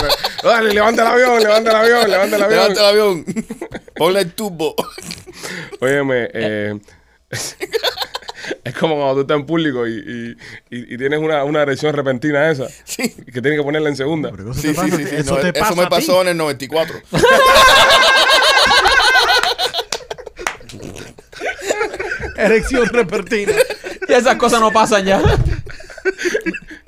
S1: Dale, levanta el avión, levanta el avión, levanta el avión.
S4: Levanta el avión. Ponle el tubo.
S1: Óyeme, eh, (laughs) es como cuando tú estás en público y, y- y- y tienes una, una agresión repentina esa,
S4: Sí.
S1: que tienes que ponerla en segunda.
S3: Eso
S4: Sí,
S3: te
S4: sí,
S3: pasa,
S4: sí, sí.
S3: eso
S4: No,
S3: te pasa
S4: me
S3: a ti.
S4: pasó en el 94.
S3: (laughs) Erección repentina.
S6: (laughs) Y esas cosas no pasan ya.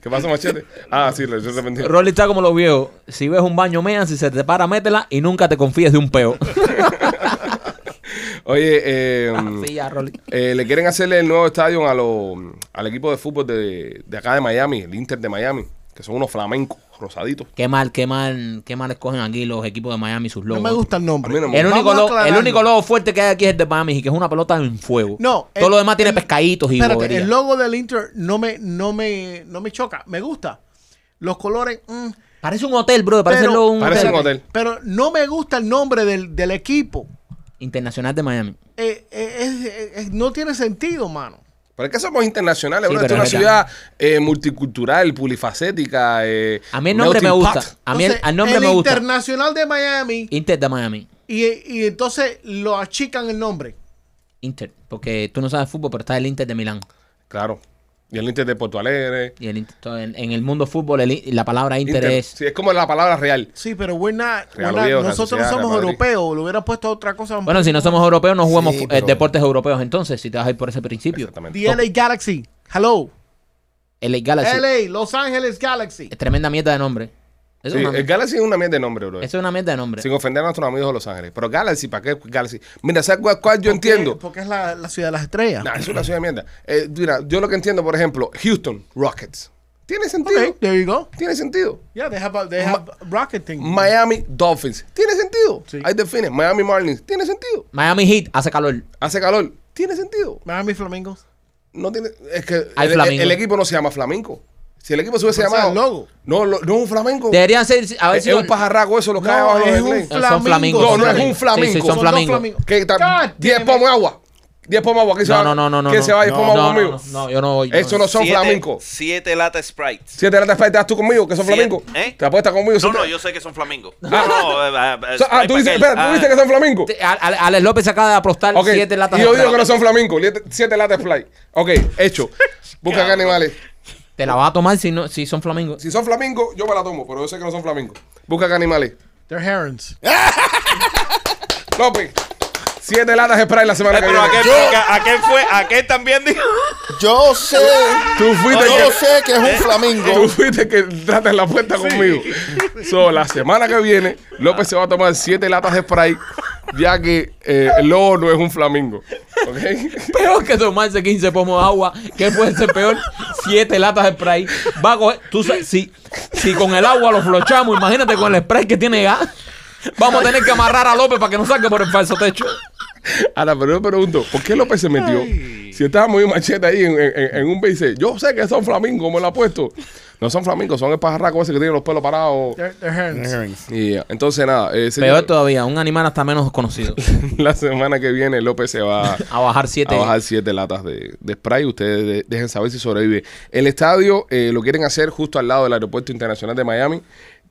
S1: ¿Qué pasa, machete? Ah, sí, la agresión repentina.
S6: Rolly está como los viejos. Si ves un baño, mea, si se te para, métela y nunca te confíes de un
S1: (laughs)
S6: peo.
S1: Oye, eh,
S6: Ah, Sí, ya, Rolly.
S1: eh, le quieren hacerle el nuevo estadio a los- al equipo de fútbol de, de acá de Miami, el Inter de Miami, que son unos flamencos rosaditos.
S6: Qué mal, qué mal, qué mal escogen aquí los equipos de Miami sus
S3: No
S6: logos.
S3: me gusta el nombre.
S1: A mí no me
S6: El
S3: Vamos
S6: único,
S3: a
S6: logo, el
S3: aclararlo.
S6: único logo fuerte que hay aquí es el de Miami y que es una pelota en fuego.
S3: No,
S6: Todo
S3: el-
S6: lo demás tiene
S3: el-
S6: pescaditos y
S3: Espérate,
S6: boberías.
S3: el logo del Inter no me, no me, no me choca. Me gusta. Los colores. mm,
S6: Parece un hotel, bro. Parece
S3: pero-
S6: el logo de un
S1: Parece
S6: hotel
S1: un hotel.
S3: Pero no me gusta el nombre del, del equipo.
S6: internacional de Miami.
S3: Eh, eh, es- eh, eh, no tiene sentido, mano.
S1: Pero es que somos internacionales,
S6: Sí,
S1: bro. Esta
S6: pero
S1: es una
S6: es verdad.
S1: ciudad eh, multicultural, polifacética. eh,
S6: A mí el nombre me
S1: melting
S6: gusta.
S1: pot.
S6: A mí el,
S3: Entonces,
S6: al nombre
S3: el
S6: me gusta.
S3: Internacional de Miami
S6: Inter de Miami.
S3: y, y entonces lo achican el nombre.
S6: Inter. Porque tú no sabes fútbol, pero está el Inter de Milán.
S1: Claro. Y el Inter de Porto Alegre.
S6: Y el Inter- todo en, en el mundo fútbol, el in- la palabra Inter,
S1: Inter-
S6: es.
S1: Sí, es como la palabra real.
S3: Sí, pero we're not-
S1: Real
S3: we're not-
S1: Oviedo, Real
S3: nosotros no
S1: Sociedad,
S3: somos
S1: Real Madrid.
S3: europeos. Lo hubieran puesto otra cosa.
S6: Bueno, si no somos europeos, no jugamos
S4: Sí,
S6: fu- eh,
S4: pero-
S6: deportes europeos entonces, si te vas a ir por ese principio.
S1: Exactamente.
S3: The LA Galaxy. Hello.
S6: El Galaxy.
S3: LA, Los Ángeles Galaxy.
S6: Es tremenda mierda de nombre. Eso,
S1: Sí,
S6: es una,
S1: el Galaxy es una mierda de nombre, bro.
S6: eso es una mierda de nombre.
S1: Sin ofender a nuestros amigos de Los Ángeles. Pero Galaxy, ¿para qué Galaxy? Mira, ¿sabes cuál, cuál yo entiendo?
S3: Porque, porque es la, la ciudad de las
S1: (laughs)
S3: estrellas.
S1: Nah, es una ciudad de mierda. Eh, mira, yo lo que entiendo, por ejemplo, Houston Rockets. ¿Tiene sentido?
S3: Ok, there you go.
S1: ¿Tiene sentido?
S3: Yeah, they have, a- they have rocketing.
S1: Miami Dolphins. ¿Tiene sentido?
S3: Sí.
S1: Ahí define. Miami Marlins. ¿Tiene sentido?
S6: Miami Heat hace calor.
S1: Hace calor. ¿Tiene sentido?
S3: Miami Flamingos.
S1: No tiene. Es que
S6: Hay
S1: el,
S6: flamenco.
S1: el equipo no se llama flamenco. Si el equipo se hubiese
S3: Pero sea
S1: llamado.
S3: el logo.
S1: No, lo- no es un flamenco.
S6: Deberían ser. A ver
S1: es,
S6: si
S1: es un pajarraco eso lo que hay abajo de
S3: es
S1: los
S3: un
S1: Lakers.
S3: flamingo.
S6: Son flamingos.
S1: No, no es
S6: Sí,
S1: un
S6: sí,
S1: flamingo.
S6: sí,
S1: Son
S6: son
S1: dos
S6: flamingos.
S1: Que
S3: God
S1: ta-
S3: damn
S1: 10
S3: it.
S1: pomos de agua. 10 pomos de agua. ¿Quién se
S6: No,
S1: va?
S6: no, no, no, no.
S1: ¿Quién se va a 10 pomos de agua
S6: no,
S1: conmigo?
S6: no, no, yo no voy.
S1: Eso no son
S5: Siete-
S1: flamencos.
S5: Siete lata Sprite.
S1: Siete latas para estás tú conmigo, que son
S5: Siete-
S1: flamencos.
S5: ¿Eh?
S1: Te apuestas conmigo.
S5: No,
S1: siete-
S5: no, yo sé que son flamencos. No, no, eh, eh,
S1: O sea, ah, tú
S5: Sprite
S1: dices,
S5: aquel.
S1: espera, tú
S5: Ah,
S1: viste que son flamencos.
S6: Te- Ale- Ale- Alex López acaba de apostar
S1: Ok,
S6: siete latas
S1: y
S6: de
S1: yo
S6: Sprite.
S1: digo que no son flamencos. Siete, siete latas fly. Ok, hecho. Busca qué animales.
S6: Te la vas a tomar si no si son flamingos.
S1: Si son flamingos, yo me la tomo, pero yo sé que no son flamencos. Busca qué animales.
S3: They're herons.
S1: López. Siete latas de spray la semana que
S5: Eh, Pero
S1: viene.
S5: aquel,
S4: Yo-
S5: aquel fue, aquel también dijo.
S4: Yo sé,
S1: Tú fuiste
S4: yo
S1: el
S4: sé que es
S1: (laughs)
S4: un
S1: que,
S4: flamingo.
S1: tú fuiste el que entraste en la puerta conmigo. So, la semana que viene, López se va a tomar siete latas de spray, ya que eh, el lobo no es un flamingo. ¿Ok?
S6: Peor que tomarse 15 pomos de agua, que puede ser peor, 7 latas de spray. Va a coger, tú sabes, si, si con el agua lo flochamos, imagínate con el spray que tiene gas, vamos a tener que amarrar a López para que no salga por el falso techo.
S1: Ahora, pero yo pregunto, ¿por qué López se metió? Si estaba muy machete ahí en, en- en un base, yo sé que son flamingos, me lo ha puesto. No son flamingos, son el pajarraco ese que tiene los pelos parados.
S3: They're- they're herons.
S1: Y ya. Entonces, nada, eh,
S6: Peor
S1: señor,
S6: todavía, un animal hasta menos conocido.
S1: (laughs) la semana que viene López se va
S6: (laughs) A bajar 7.
S1: a bajar siete latas de, de spray. Ustedes de- dejen saber si sobrevive. El estadio eh, lo quieren hacer justo al lado del Aeropuerto Internacional de Miami,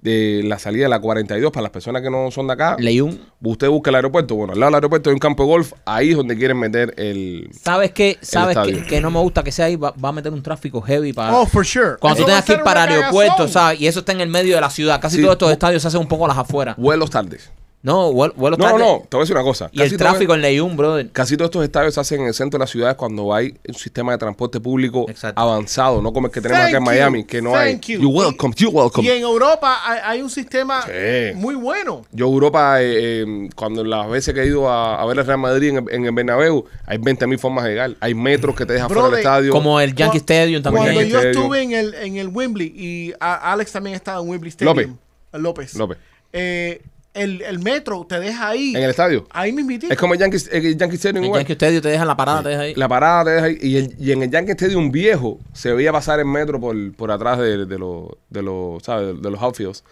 S1: de la salida de la 42 para las personas que no son de acá.
S6: Leí un.
S1: Usted busca el aeropuerto, bueno, al lado del aeropuerto hay un campo de golf, ahí es donde quieren meter el...
S6: ¿Sabes qué? ¿Sabes
S1: estadio.
S6: que, que no me gusta que sea ahí? Va, va a meter un tráfico heavy para.
S3: Oh, for sure.
S6: Cuando tú
S3: Eso va a
S6: tengas que ir
S3: ser
S6: para
S3: una
S6: aeropuertos,
S3: cagazón.
S6: ¿sabes? Y eso está en el medio de la ciudad. Casi
S1: Sí.
S6: todos estos estadios se hacen un poco a las afueras.
S1: Vuelos tardes.
S6: No, vuel- vuelos
S1: No, no,
S6: tarde.
S1: no, te voy a decir una cosa.
S6: Y el
S1: Casi todo-
S6: tráfico en Leyun, brother.
S1: Casi todos estos estadios se hacen en el centro de las ciudades cuando hay un sistema de transporte público
S6: Exacto.
S1: avanzado, no como el que tenemos
S3: Thank
S1: acá en
S3: you,
S1: Miami, que no hay.
S3: thank you.
S1: welcome, you welcome.
S3: Y en Europa hay, hay un sistema
S1: Sí.
S3: muy bueno.
S1: Yo Europa, eh, eh, cuando las veces que he ido a, a ver el Real Madrid en, el- en el Bernabéu, hay 20.000 formas de llegar. Hay metros que te dejan fuera del
S3: Brother,
S1: estadio.
S6: Como el Yankee Stadium también.
S3: Cuando
S1: Yankee
S3: yo
S1: Stadium.
S3: estuve en el, en el Wembley y a- Alex también estaba en Wembley Stadium. López.
S1: López.
S3: Eh, el, el metro te deja ahí.
S1: En el estadio.
S3: ahí mismitito.
S1: Es como el Yankee, el Yankee Stadium,
S6: En
S1: igual.
S6: Yankee Stadium te dejan la parada, te dejan ahí.
S1: La parada te deja ahí. Y, el- y en el Yankee Stadium viejo se veía pasar el metro por, por atrás de, de los, de los, ¿sabes? De, los outfields.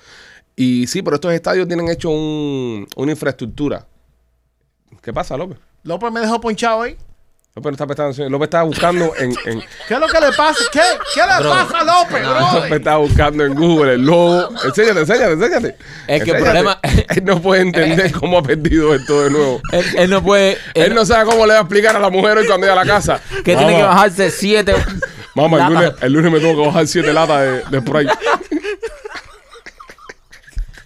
S1: Y sí, pero estos estadios tienen hecho un- una infraestructura. ¿Qué pasa, López?
S3: López me dejó ponchado ahí.
S1: López no está prestando atención. López estaba buscando
S6: (laughs)
S1: en, en-
S3: ¿Qué es lo que le pasa? ¿Qué, qué le
S6: Bro.
S3: pasa a López,
S1: López
S3: bro?
S1: estaba buscando en Google el logo. Enséñate, enséñate, enséñate.
S6: Es que el
S1: Enséñate.
S6: problema-
S1: (laughs) Él no puede entender cómo ha perdido esto de nuevo.
S6: Él, él no puede.
S1: (laughs) Él,
S6: él-
S1: no sabe cómo le va a explicar a la mujer hoy cuando llega a la casa.
S6: que tiene que
S1: Mamá, (laughs)
S6: bajarse siete.
S1: Mamá, el
S6: latas.
S1: lunes, el lunes me tengo que bajar siete latas de, de spray.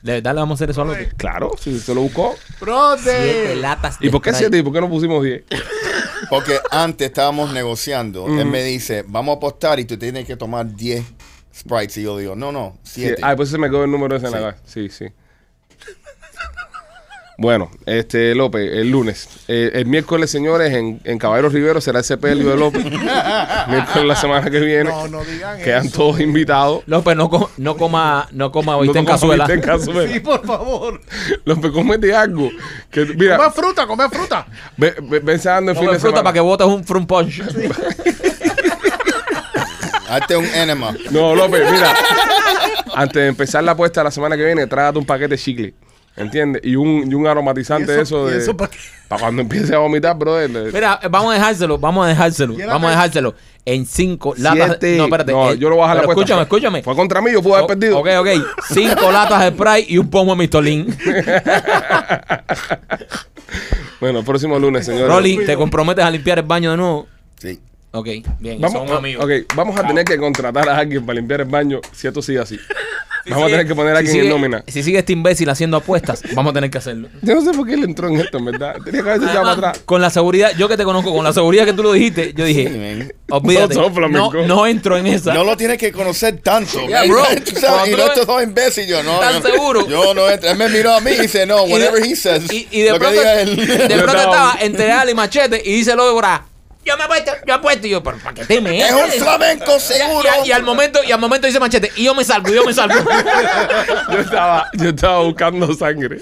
S6: De verdad le vamos a hacer eso a López.
S1: Claro, si se lo buscó.
S6: Siete
S3: Brother.
S6: latas. de
S1: ¿Y por qué
S6: Sprite.
S1: siete? ¿Y por qué no pusimos diez?
S4: Porque antes estábamos negociando. Él me dice, vamos a apostar y tú tienes que tomar 10 sprites. Y yo digo, no, no, 7.
S1: Ah, pues se me quedó el número ese en la cabeza. Sí, sí. Bueno, este López, el lunes. Eh, el miércoles, señores, en, en Caballero Rivero será el sepelio de
S6: (laughs)
S1: López. miércoles la semana que viene.
S3: No, no digan
S1: Quedan
S3: eso.
S1: todos invitados.
S6: López, no, co- no coma, no coma hoy
S1: No
S6: en
S1: comas
S6: cazuela.
S1: bistec (laughs) en
S6: (laughs)
S1: cazuela.
S3: Sí, por favor.
S1: López, comete algo. Que, mira,
S3: Come fruta, come fruta.
S1: ve, ve- ve ensayando el fin
S6: Come
S1: de
S6: fruta
S1: semana.
S6: para que botes un front punch.
S4: Hazte Ah, este un enema.
S1: No, López, mira. antes de empezar la apuesta la semana que viene, trágate un paquete de chicle. ¿Entiendes? Y un, y un aromatizante de eso,
S3: ¿Y
S1: de.
S3: eso pa'
S1: Para
S3: qué?
S1: cuando empiece a vomitar, brother. le-
S6: Mira, eh, vamos a dejárselo, vamos a dejárselo,
S3: Llévate-
S6: vamos a dejárselo. En cinco latas.
S1: Siete.
S6: No, espérate.
S1: No,
S6: eh,
S1: yo lo voy a bajar la
S6: pero
S1: apuesta.
S6: Escúchame,
S1: Fue-
S6: escúchame.
S1: Fue contra mí, yo pude haber perdido.
S6: Oh, Ok, ok. Cinco latas de Sprite y un pomo de mistolín.
S1: Bueno, el próximo lunes, señores.
S6: Rolly, ¿te comprometes a limpiar el baño de nuevo?
S4: Sí.
S6: Ok, bien,
S1: Vamos,
S6: son amigos.
S1: ok, vamos a tener que contratar a alguien para limpiar el baño si esto sigue así. vamos a
S6: sigue-
S1: tener que poner a
S6: si
S1: alguien en
S6: sigue-
S1: nómina.
S6: Si sigue este imbécil haciendo apuestas, vamos a tener que hacerlo.
S1: Yo no sé por qué él entró en esto, en verdad. Tenía que haberse echado
S6: Además,
S1: para atrás.
S6: Con la seguridad, yo que te conozco, con la seguridad que tú lo dijiste, yo dije,
S4: Sí, man.
S6: olvídate,
S1: No, sopla,
S6: no,
S1: amigo.
S6: no entro en esa.
S4: No lo tienes que conocer tanto.
S6: Yeah,
S4: man.
S6: bro.
S4: (laughs) Tú sabes, y
S6: Cuando-
S4: estos dos imbéciles, yo no.
S6: ¿Estás
S4: yo-
S6: seguro?
S4: Yo no entro. Él me miró a mí y dice, no,
S6: Y de-
S4: whatever he says.
S6: Y, y de
S4: lo que
S6: pronto,
S4: diga él.
S6: de pronto
S1: No.
S6: estaba entre Ale y Machete y dice lo de Bra, yo me apuesto, yo apuesto, y yo, pero ¿para qué te me
S4: (laughs) es un flamenco seguro.
S6: y, al momento, y al momento dice Machete, y yo me salgo, y yo
S4: (laughs)
S6: me salgo.
S1: Yo estaba, yo estaba buscando sangre.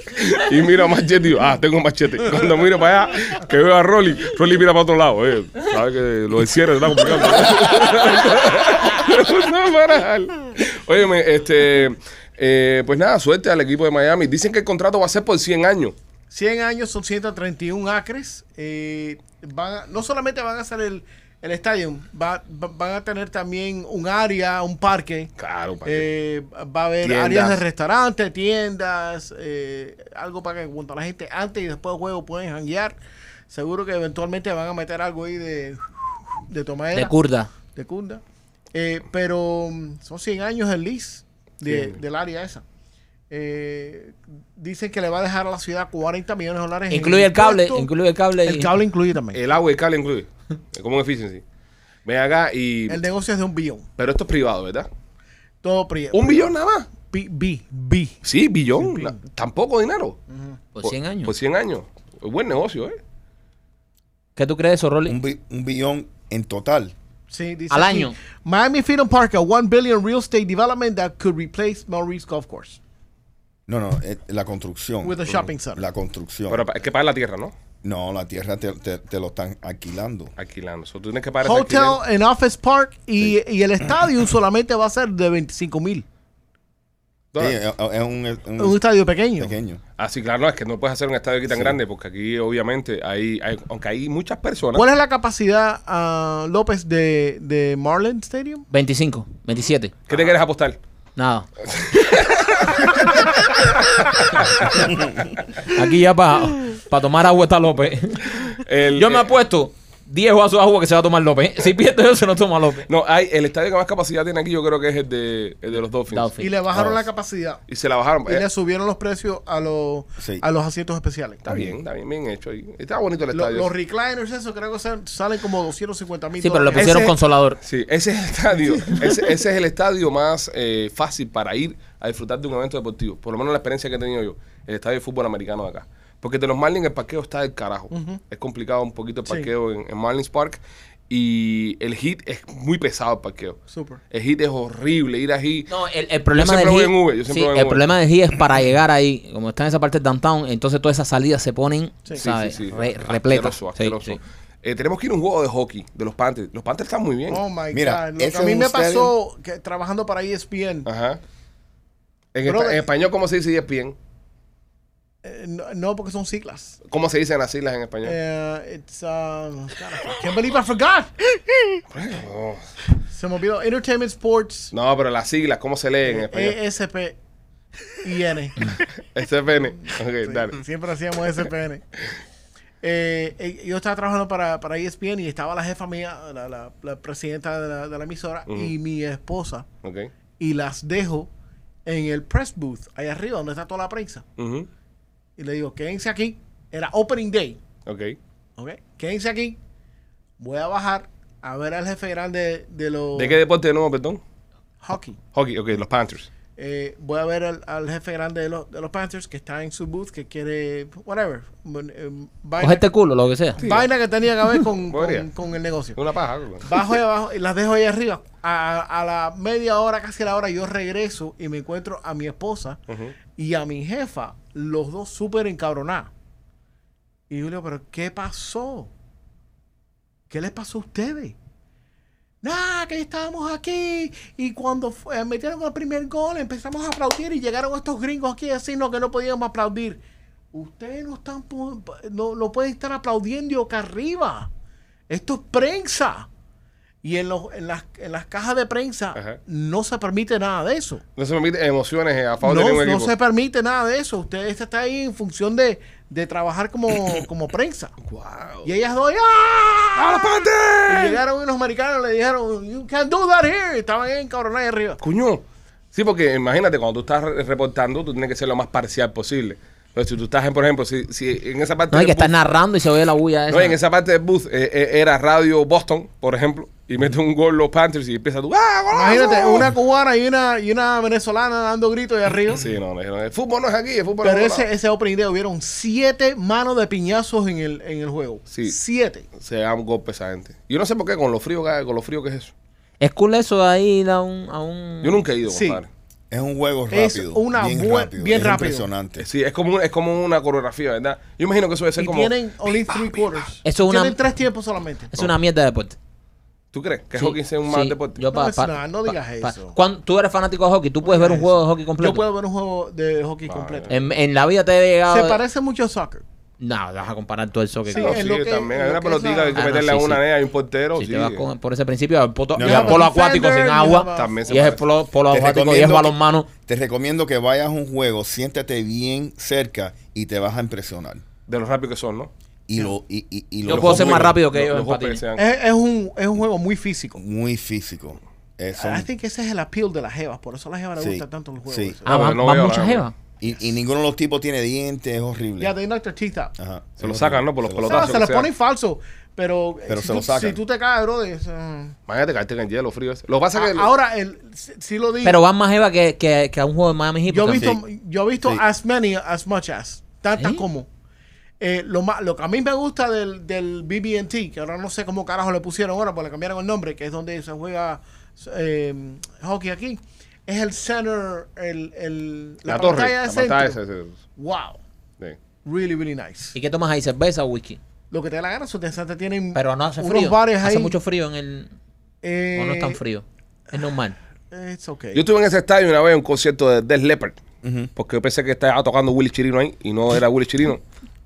S1: Y miro a Machete y digo, ah, tengo machete. Cuando miro para allá, que veo a Rolly, Rolly mira para otro lado. Eh, ¿Sabes que lo del cierre se está complicando? (laughs) No, para. Óyeme, este. eh, pues nada, suerte al equipo de Miami. Dicen que el contrato va a ser por 100 años.
S3: 100 años son 131 acres. eh, van a- no solamente van a hacer el, el estadio, va- va- van a tener también un área, un parque.
S1: Claro, para que-
S3: Eh, va a haber
S1: Tiendas.
S3: áreas de restaurantes, tiendas, eh, algo para que junto a la gente antes y después del juego pueden janguear. Seguro que eventualmente van a meter algo ahí de, de tomadera,
S6: De curda.
S3: de cunda. Eh, pero mm, son 100 años el lease de- del área esa. eh, dicen que le va a dejar a la ciudad 40 millones de dólares. en
S2: Incluye el cable,
S3: impuestos.
S2: incluye el cable. y-
S3: El cable incluye también.
S1: El Eh, agua y el cable incluye. Como un efficiency. Ven acá y.
S3: El, negocio es de un billón.
S1: Pero esto es privado, ¿verdad?
S3: Todo pri-
S1: ¿Un billón nada más?
S3: Bi- bi- bi.
S1: Sí, billón. na- Tampoco dinero.
S2: Por 100 años.
S1: Por 100 Pues años. Es buen negocio, ¿eh?
S2: ¿Qué tú crees de eso, Rolly?
S4: Un, bi- un billón en total.
S3: Sí, dice
S2: Al
S3: aquí,
S2: año.
S3: Miami Freedom Park, a 1 billion real estate development that could replace Maurice Golf Course
S4: No, no, eh, la construcción.
S3: with a shopping center.
S4: La construcción.
S1: Pero pa- hay que pagar la tierra, ¿no?
S4: no, la tierra te, te- te lo están alquilando.
S1: Alquilando. So, tú tienes que pagar ese
S3: Hotel
S1: alquiler.
S3: and Office Park y, y el estadio solamente va a ser de 25 mil.
S4: Sí,
S1: Dólares.
S4: es, es un, es un
S3: Un estadio pequeño.
S4: Mm. pequeño.
S1: Así, Ah, claro, no, es que no puedes hacer un estadio aquí tan
S4: Sí.
S1: grande porque aquí, obviamente, hay, hay- aunque hay muchas personas.
S3: ¿Cuál es la capacidad, ah, López, de, de Marlin Stadium?
S2: 25, 27.
S1: ¿Qué te quieres apostar? (laughs)
S2: Nada. Aquí ya para tomar agua está López.
S1: El-
S2: Yo me
S1: eh,
S2: apuesto 10 vasos de agua que se va a tomar López. Si pierde eso, se lo toma López.
S1: No, hay, el estadio que más capacidad tiene aquí, yo creo que es el de, el de los Dolphins.
S2: Dolphins.
S3: Y le bajaron
S4: Ah,
S3: la
S4: sí.
S3: capacidad.
S1: Y se la bajaron.
S3: Y
S1: Eh,
S3: le subieron los precios a los,
S4: Sí.
S3: a los asientos especiales.
S1: está bien, está bien, bien hecho. ahí. Está bonito el
S3: Lo-
S1: estadio.
S3: los recliners, eso creo que sal- salen como 250 mil
S2: Sí, pero le
S3: dólares.
S2: pusieron
S1: Ese-
S2: consolador.
S1: Sí, ese es el
S2: (laughs)
S1: estadio. Ese, ese es el estadio más eh, fácil para ir a disfrutar de un evento deportivo. Por lo menos la experiencia que he tenido yo. El estadio de fútbol americano de acá. Porque de los Marlins el parqueo está del carajo. Es complicado un poquito el
S3: Sí.
S1: parqueo en, en Marlins Park. Y el hit es muy pesado el parqueo.
S3: Súper.
S1: El hit es horrible. Ir allí.
S2: No, el, el problema
S1: Yo
S2: del
S1: siempre voy
S2: Heat-
S1: en Uber, yo siempre
S2: sí,
S1: voy en
S2: el
S1: Uber.
S2: problema del Heat es para llegar ahí, como está en esa parte del downtown, entonces todas esas salidas se ponen,
S3: Sí. Sí,
S2: ¿sabes?
S1: sí, sí.
S2: Re-
S1: Asqueroso,
S2: repletas. Sí,
S1: asqueroso.
S2: sí.
S1: Eh, tenemos que ir a un juego de hockey de los Panthers. Los Panthers están muy bien.
S3: Oh my
S4: Mira,
S3: God. Lo que
S4: ese
S3: a mí
S4: es
S3: me
S4: un estadio-
S3: pasó que, trabajando para E ESPN,
S1: Ajá. En,
S3: Brother.
S1: espa- en español, ¿cómo se dice ESPN?
S3: eh, no, no, porque son siglas.
S1: ¿Cómo se dicen las siglas en español?
S3: Eh, it's, um, God, I can't believe I forgot.
S1: Oh.
S3: Se me olvidó. Entertainment Sports, E
S1: No, pero las siglas, ¿cómo se leen en
S3: Eh,
S1: español?
S3: ESP. IN. (laughs)
S1: SPN. Ok, dale.
S3: Siempre hacíamos SPN. Eh, eh, yo estaba trabajando para, para E ESPN y estaba la jefa mía, la, la- la presidenta de la, de la emisora, y mi esposa.
S1: Ok.
S3: Y las dejo en el press booth, ahí arriba, donde está toda la prensa.
S1: Ujú.
S3: Y le digo, quédense aquí. Era opening day.
S1: Ok.
S3: ¿Ok? Quédense aquí. Voy a bajar a ver al jefe grande de los
S1: ¿De qué deporte de nuevo, perdón?
S3: hockey.
S1: Hockey, ok, los Panthers.
S3: Eh, voy a ver al, al jefe grande de los, de los Panthers que está en su booth, que quiere, whatever, mon- em,
S2: Coge
S3: vaina,
S2: este culo, lo que sea.
S3: vaina que tenía que ver con, con,
S1: Podría.
S3: con el negocio.
S1: Una paja. algo.
S3: Bajo ahí abajo y las dejo ahí arriba. A, a la media hora, casi la hora, yo regreso y me encuentro a mi esposa
S1: Ujú.
S3: y a mi jefa, los dos súper encabronados. Y yo le digo, pero ¿qué pasó? ¿Qué les pasó a ustedes? Nada, que estábamos aquí y cuando fu- eh, metieron el primer gol empezamos a aplaudir y llegaron estos gringos aquí a decirnos que no podíamos aplaudir. Ustedes no están pu- no, no pueden estar aplaudiendo acá arriba. Esto es prensa. Y en, los, en, las, en las cajas de prensa
S1: Ajá.
S3: no se permite nada de eso
S1: No se me permite emociones eh, a favor de
S3: no,
S1: ningún
S3: no
S1: equipo.
S3: se permite nada de eso. Usted esta está ahí en función de, de trabajar como, como prensa.
S1: Wow.
S3: Y ellas dos,
S1: ¡A
S3: ¡ah!
S1: los Panthers!
S3: Y llegaron unos americanos y le dijeron, You can't do that here. Estaban ahí encabronados ahí arriba.
S1: Cuño. Sí, porque imagínate, cuando tú estás re- reportando, tú tienes que ser lo más parcial posible. Pero si tú estás, en, por ejemplo, si, si en esa parte
S2: No hay
S1: del
S2: que estar
S1: booth-
S2: narrando y se oye la bulla esa.
S1: No, en esa parte del booth eh, eh, era Radio Boston, por ejemplo, y mete un gol los Panthers y empieza tú. ¡Ah, golazo!
S3: Imagínate, una cubana y una, y una venezolana dando gritos ahí arriba.
S1: Sí, no, no, no, el fútbol no es aquí, el fútbol
S3: Pero
S1: es otro
S3: ese,
S1: lado.
S3: ese opening day hubieron siete manos de piñazos en el, en el juego.
S1: Sí.
S3: Siete.
S1: Se da un golpe esa gente. Yo no sé por qué, con lo frío que, hay, con lo frío que es eso.
S2: Es cool eso de ahí a un... A un...
S1: Yo nunca he ido,
S3: Sí.
S1: compadre.
S4: Es un juego rápido.
S3: Es una
S4: bien
S3: buen-
S4: rápido.
S3: bien
S4: es
S3: rápido.
S4: impresionante.
S1: Sí, es como, un- es como una coreografía, ¿verdad? Yo imagino que eso debe ser
S3: Y
S1: como.
S3: tienen only three quarters.
S2: Eso es una-
S3: Tienen tres tiempos solamente.
S2: Es una mierda de deporte.
S1: ¿Tú crees que
S2: Sí,
S1: hockey sea un mal
S2: sí.
S1: deporte?
S2: Yo
S3: No,
S2: pa-
S3: es
S2: pa-
S3: nada, no
S2: pa-
S3: digas
S2: pa-
S3: eso.
S2: Cuando tú eres fanático de hockey, tú puedes ver un juego de hockey completo.
S3: Yo puedo ver un juego de hockey completo.
S2: En, en la vida te he llegado...
S3: Se parece mucho a soccer.
S2: No, vas a comparar todo el soccer.
S3: Sí,
S1: No,
S2: cabrón.
S1: sí,
S3: en lo que-
S1: también.
S3: en
S1: Hay
S3: lo
S1: una
S3: que es
S1: pelotita
S3: la-
S1: que hay que
S2: Ah, no,
S1: meterle a
S2: sí,
S1: una
S2: sí.
S1: nea, hay un portero.
S2: Si
S1: sí.
S2: te vas con- por ese principio, el poto-
S4: No,
S2: y
S4: no,
S2: el
S4: no.
S2: polo acuático sin
S3: Defender,
S2: agua.
S1: También se
S2: Y es el
S1: parece.
S2: polo, polo
S4: Te
S2: acuático y es
S4: recomiendo que-
S2: balonmano.
S4: Te recomiendo que vayas a un juego, siéntate bien cerca y te vas a impresionar.
S1: De lo rápido que son, ¿no?
S4: Y lo, y, y, y
S2: Yo
S4: lo-
S2: puedo ser más
S4: muy-
S2: rápido que
S1: Los-
S2: ellos
S1: los
S2: en
S1: golpes sean-
S2: patines.
S3: Es, es un, es un juego muy físico.
S4: Muy físico. Eh, son-
S3: I think ese es el appeal de las jevas. Por eso a las jevas les
S4: Sí,
S3: gusta tanto el juego.
S4: sí.
S3: ese.
S2: Ah,
S1: No,
S2: van,
S1: no
S2: van
S1: veo la
S2: muchas
S1: jeva.
S2: jevas.
S4: Y, y ninguno de los tipos tiene dientes, es horrible.
S3: Yeah, they knock their teeth out.
S4: Ajá.
S1: Se lo sacan, ¿no? Por los
S4: Se Ah, lo-
S1: pelotazos.
S3: No, se
S1: que
S3: los
S1: sea.
S3: ponen falso. Pero, eh,
S4: Pero
S3: si,
S4: se
S3: tú,
S4: lo sacan.
S3: si tú te caes, bro, es, eh,
S1: Imagínate caerte en el hielo frío. ese. Lo que pasa es que.
S3: ahora el, si, si lo digo.
S6: Pero van más Eva que, que, que a un juego de Miami Heat.
S3: yo he
S6: porque-
S3: visto, yo he visto
S4: Sí.
S3: as many as much as. Tantas
S6: ¿Sí?
S3: como. Eh, lo, ma- lo que a mí me gusta del, del BB&T, que ahora no sé cómo carajo le pusieron ahora, porque le cambiaron el nombre, que es donde se juega eh, hockey aquí, es el center, el, el-
S1: la, torre.
S3: de
S1: la pantalla esa,
S3: centro.
S1: esa,
S3: Wow.
S1: esa. Sí.
S3: Really, really nice.
S6: ¿Y qué tomas ahí? ¿Cerveza o whisky?
S3: Lo que te da la gana, sus te tienen
S6: Pero no hace
S3: unos
S6: frío.
S3: bares
S6: Hace
S3: ahí,
S6: mucho frío en el...
S3: eh,
S6: o no es tan frío. Es normal.
S3: It's okay.
S1: Yo estuve en ese estadio una vez en un concierto de Death Leppard. Porque yo pensé que estaba tocando Willy Chirino ahí y no era Willy
S6: (laughs)
S1: Chirino.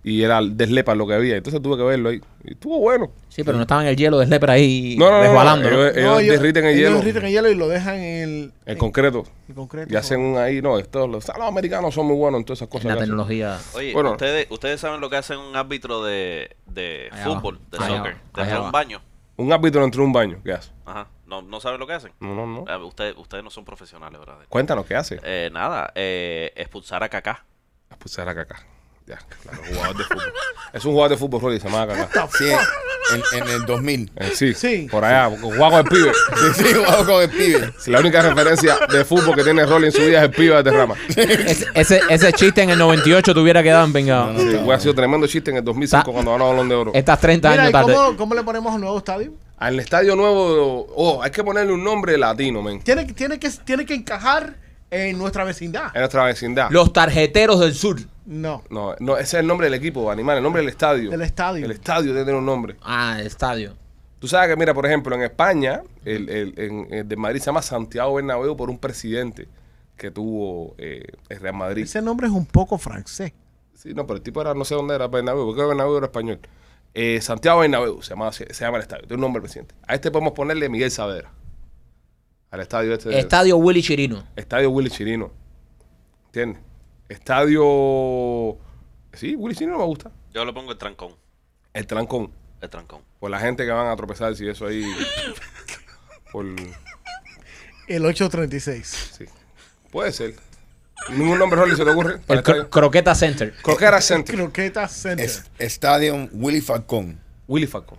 S1: Y era Death Leppard lo que había. Entonces tuve que verlo ahí. Y estuvo bueno.
S6: Sí, pero no estaba en el hielo de Slepper ahí
S1: No, no, no, no.
S6: resbalando. ¿no?
S1: Ellos, ellos
S3: No, ellos-
S1: derriten el
S3: ellos
S1: hielo.
S3: derriten el hielo y lo dejan en el,
S1: El concreto.
S3: en concreto.
S1: Y hacen un ahí, no, estos, los, los americanos son muy buenos en todas esas
S6: Es
S1: cosas.
S6: la
S1: que hacen.
S6: tecnología...
S5: Oye,
S1: Bueno.
S5: ustedes, ustedes saben lo que hace un árbitro de, de
S6: Allá
S5: fútbol,
S6: abajo,
S5: de
S6: allá
S5: soccer.
S6: abajo,
S5: De
S6: allá
S5: hacer un
S6: abajo.
S5: baño.
S1: Un árbitro entró en un baño. ¿Qué hace?
S5: Ajá. No, no saben lo que hacen.
S1: No, no, no.
S5: Eh, ustedes, ustedes no son profesionales, brother.
S1: Cuéntanos, ¿qué hace? Ah, pues
S5: Eh, nada, eh, expulsar a Kaká.
S1: Expulsar a Kaká. Ya, claro, jugador de fútbol. es un jugador de fútbol, Rolly, se llama Kaká.
S4: Sí, en, en el 2000.
S1: Eh, sí,
S3: Sí.
S1: por allá, porque jugaba con el pibe.
S4: Sí, sí, jugaba con el pibe.
S1: Si la única referencia de fútbol que tiene Rolly en su vida es el pibe de Terrama.
S6: Ese, ese, ese chiste en el 98 te hubiera quedado empengado.
S1: Sí, Este- hubiera sido tremendo chiste en el 2005
S6: Ta-
S1: cuando ganó Balón de Oro.
S6: Estás 30
S3: Mira, ¿y
S6: años tarde.
S3: cómo, cómo le ponemos un nuevo estadio?
S1: Al estadio nuevo, oh, hay que ponerle un nombre latino, men.
S3: Tiene, que- tiene, que, tiene que encajar en nuestra vecindad.
S1: En nuestra vecindad.
S6: Los tarjeteros del sur.
S3: No.
S1: No, no, ese es el nombre del equipo, animal, el nombre del estadio.
S3: Del estadio.
S1: El estadio tiene que tener un nombre.
S6: Ah, el estadio.
S1: Tú sabes que, mira, por ejemplo, en España, el, el- en, el de Madrid se llama Santiago Bernabéu por un presidente que tuvo eh, el Real Madrid.
S3: Ese nombre es un poco francés.
S1: Sí, no, pero el tipo era, no sé dónde era Bernabéu, porque Bernabéu era español. Eh, Santiago Bernabéu se llama, se, se llama el estadio, tiene un nombre el presidente. A este podemos ponerle Miguel Saavedra. Al estadio este. de-
S6: Estadio Willy Chirino.
S1: Estadio Willy Chirino. ¿Entiendes? Estadio... Sí, Willy Chirino me gusta.
S5: Yo le pongo el trancón.
S1: El Trancón.
S5: El trancón.
S1: Por la gente que van a tropezar, si eso
S6: (laughs)
S1: ahí... Por...
S3: El 836.
S1: Sí. Puede ser. Ningún nombre Rolly se te ocurre. Para
S6: El cro-
S1: estadio.
S6: Croqueta Center.
S1: Croquera Center.
S3: Croqueta Center.
S4: Es, Stadium Willy Falcón.
S1: Willy Falcón.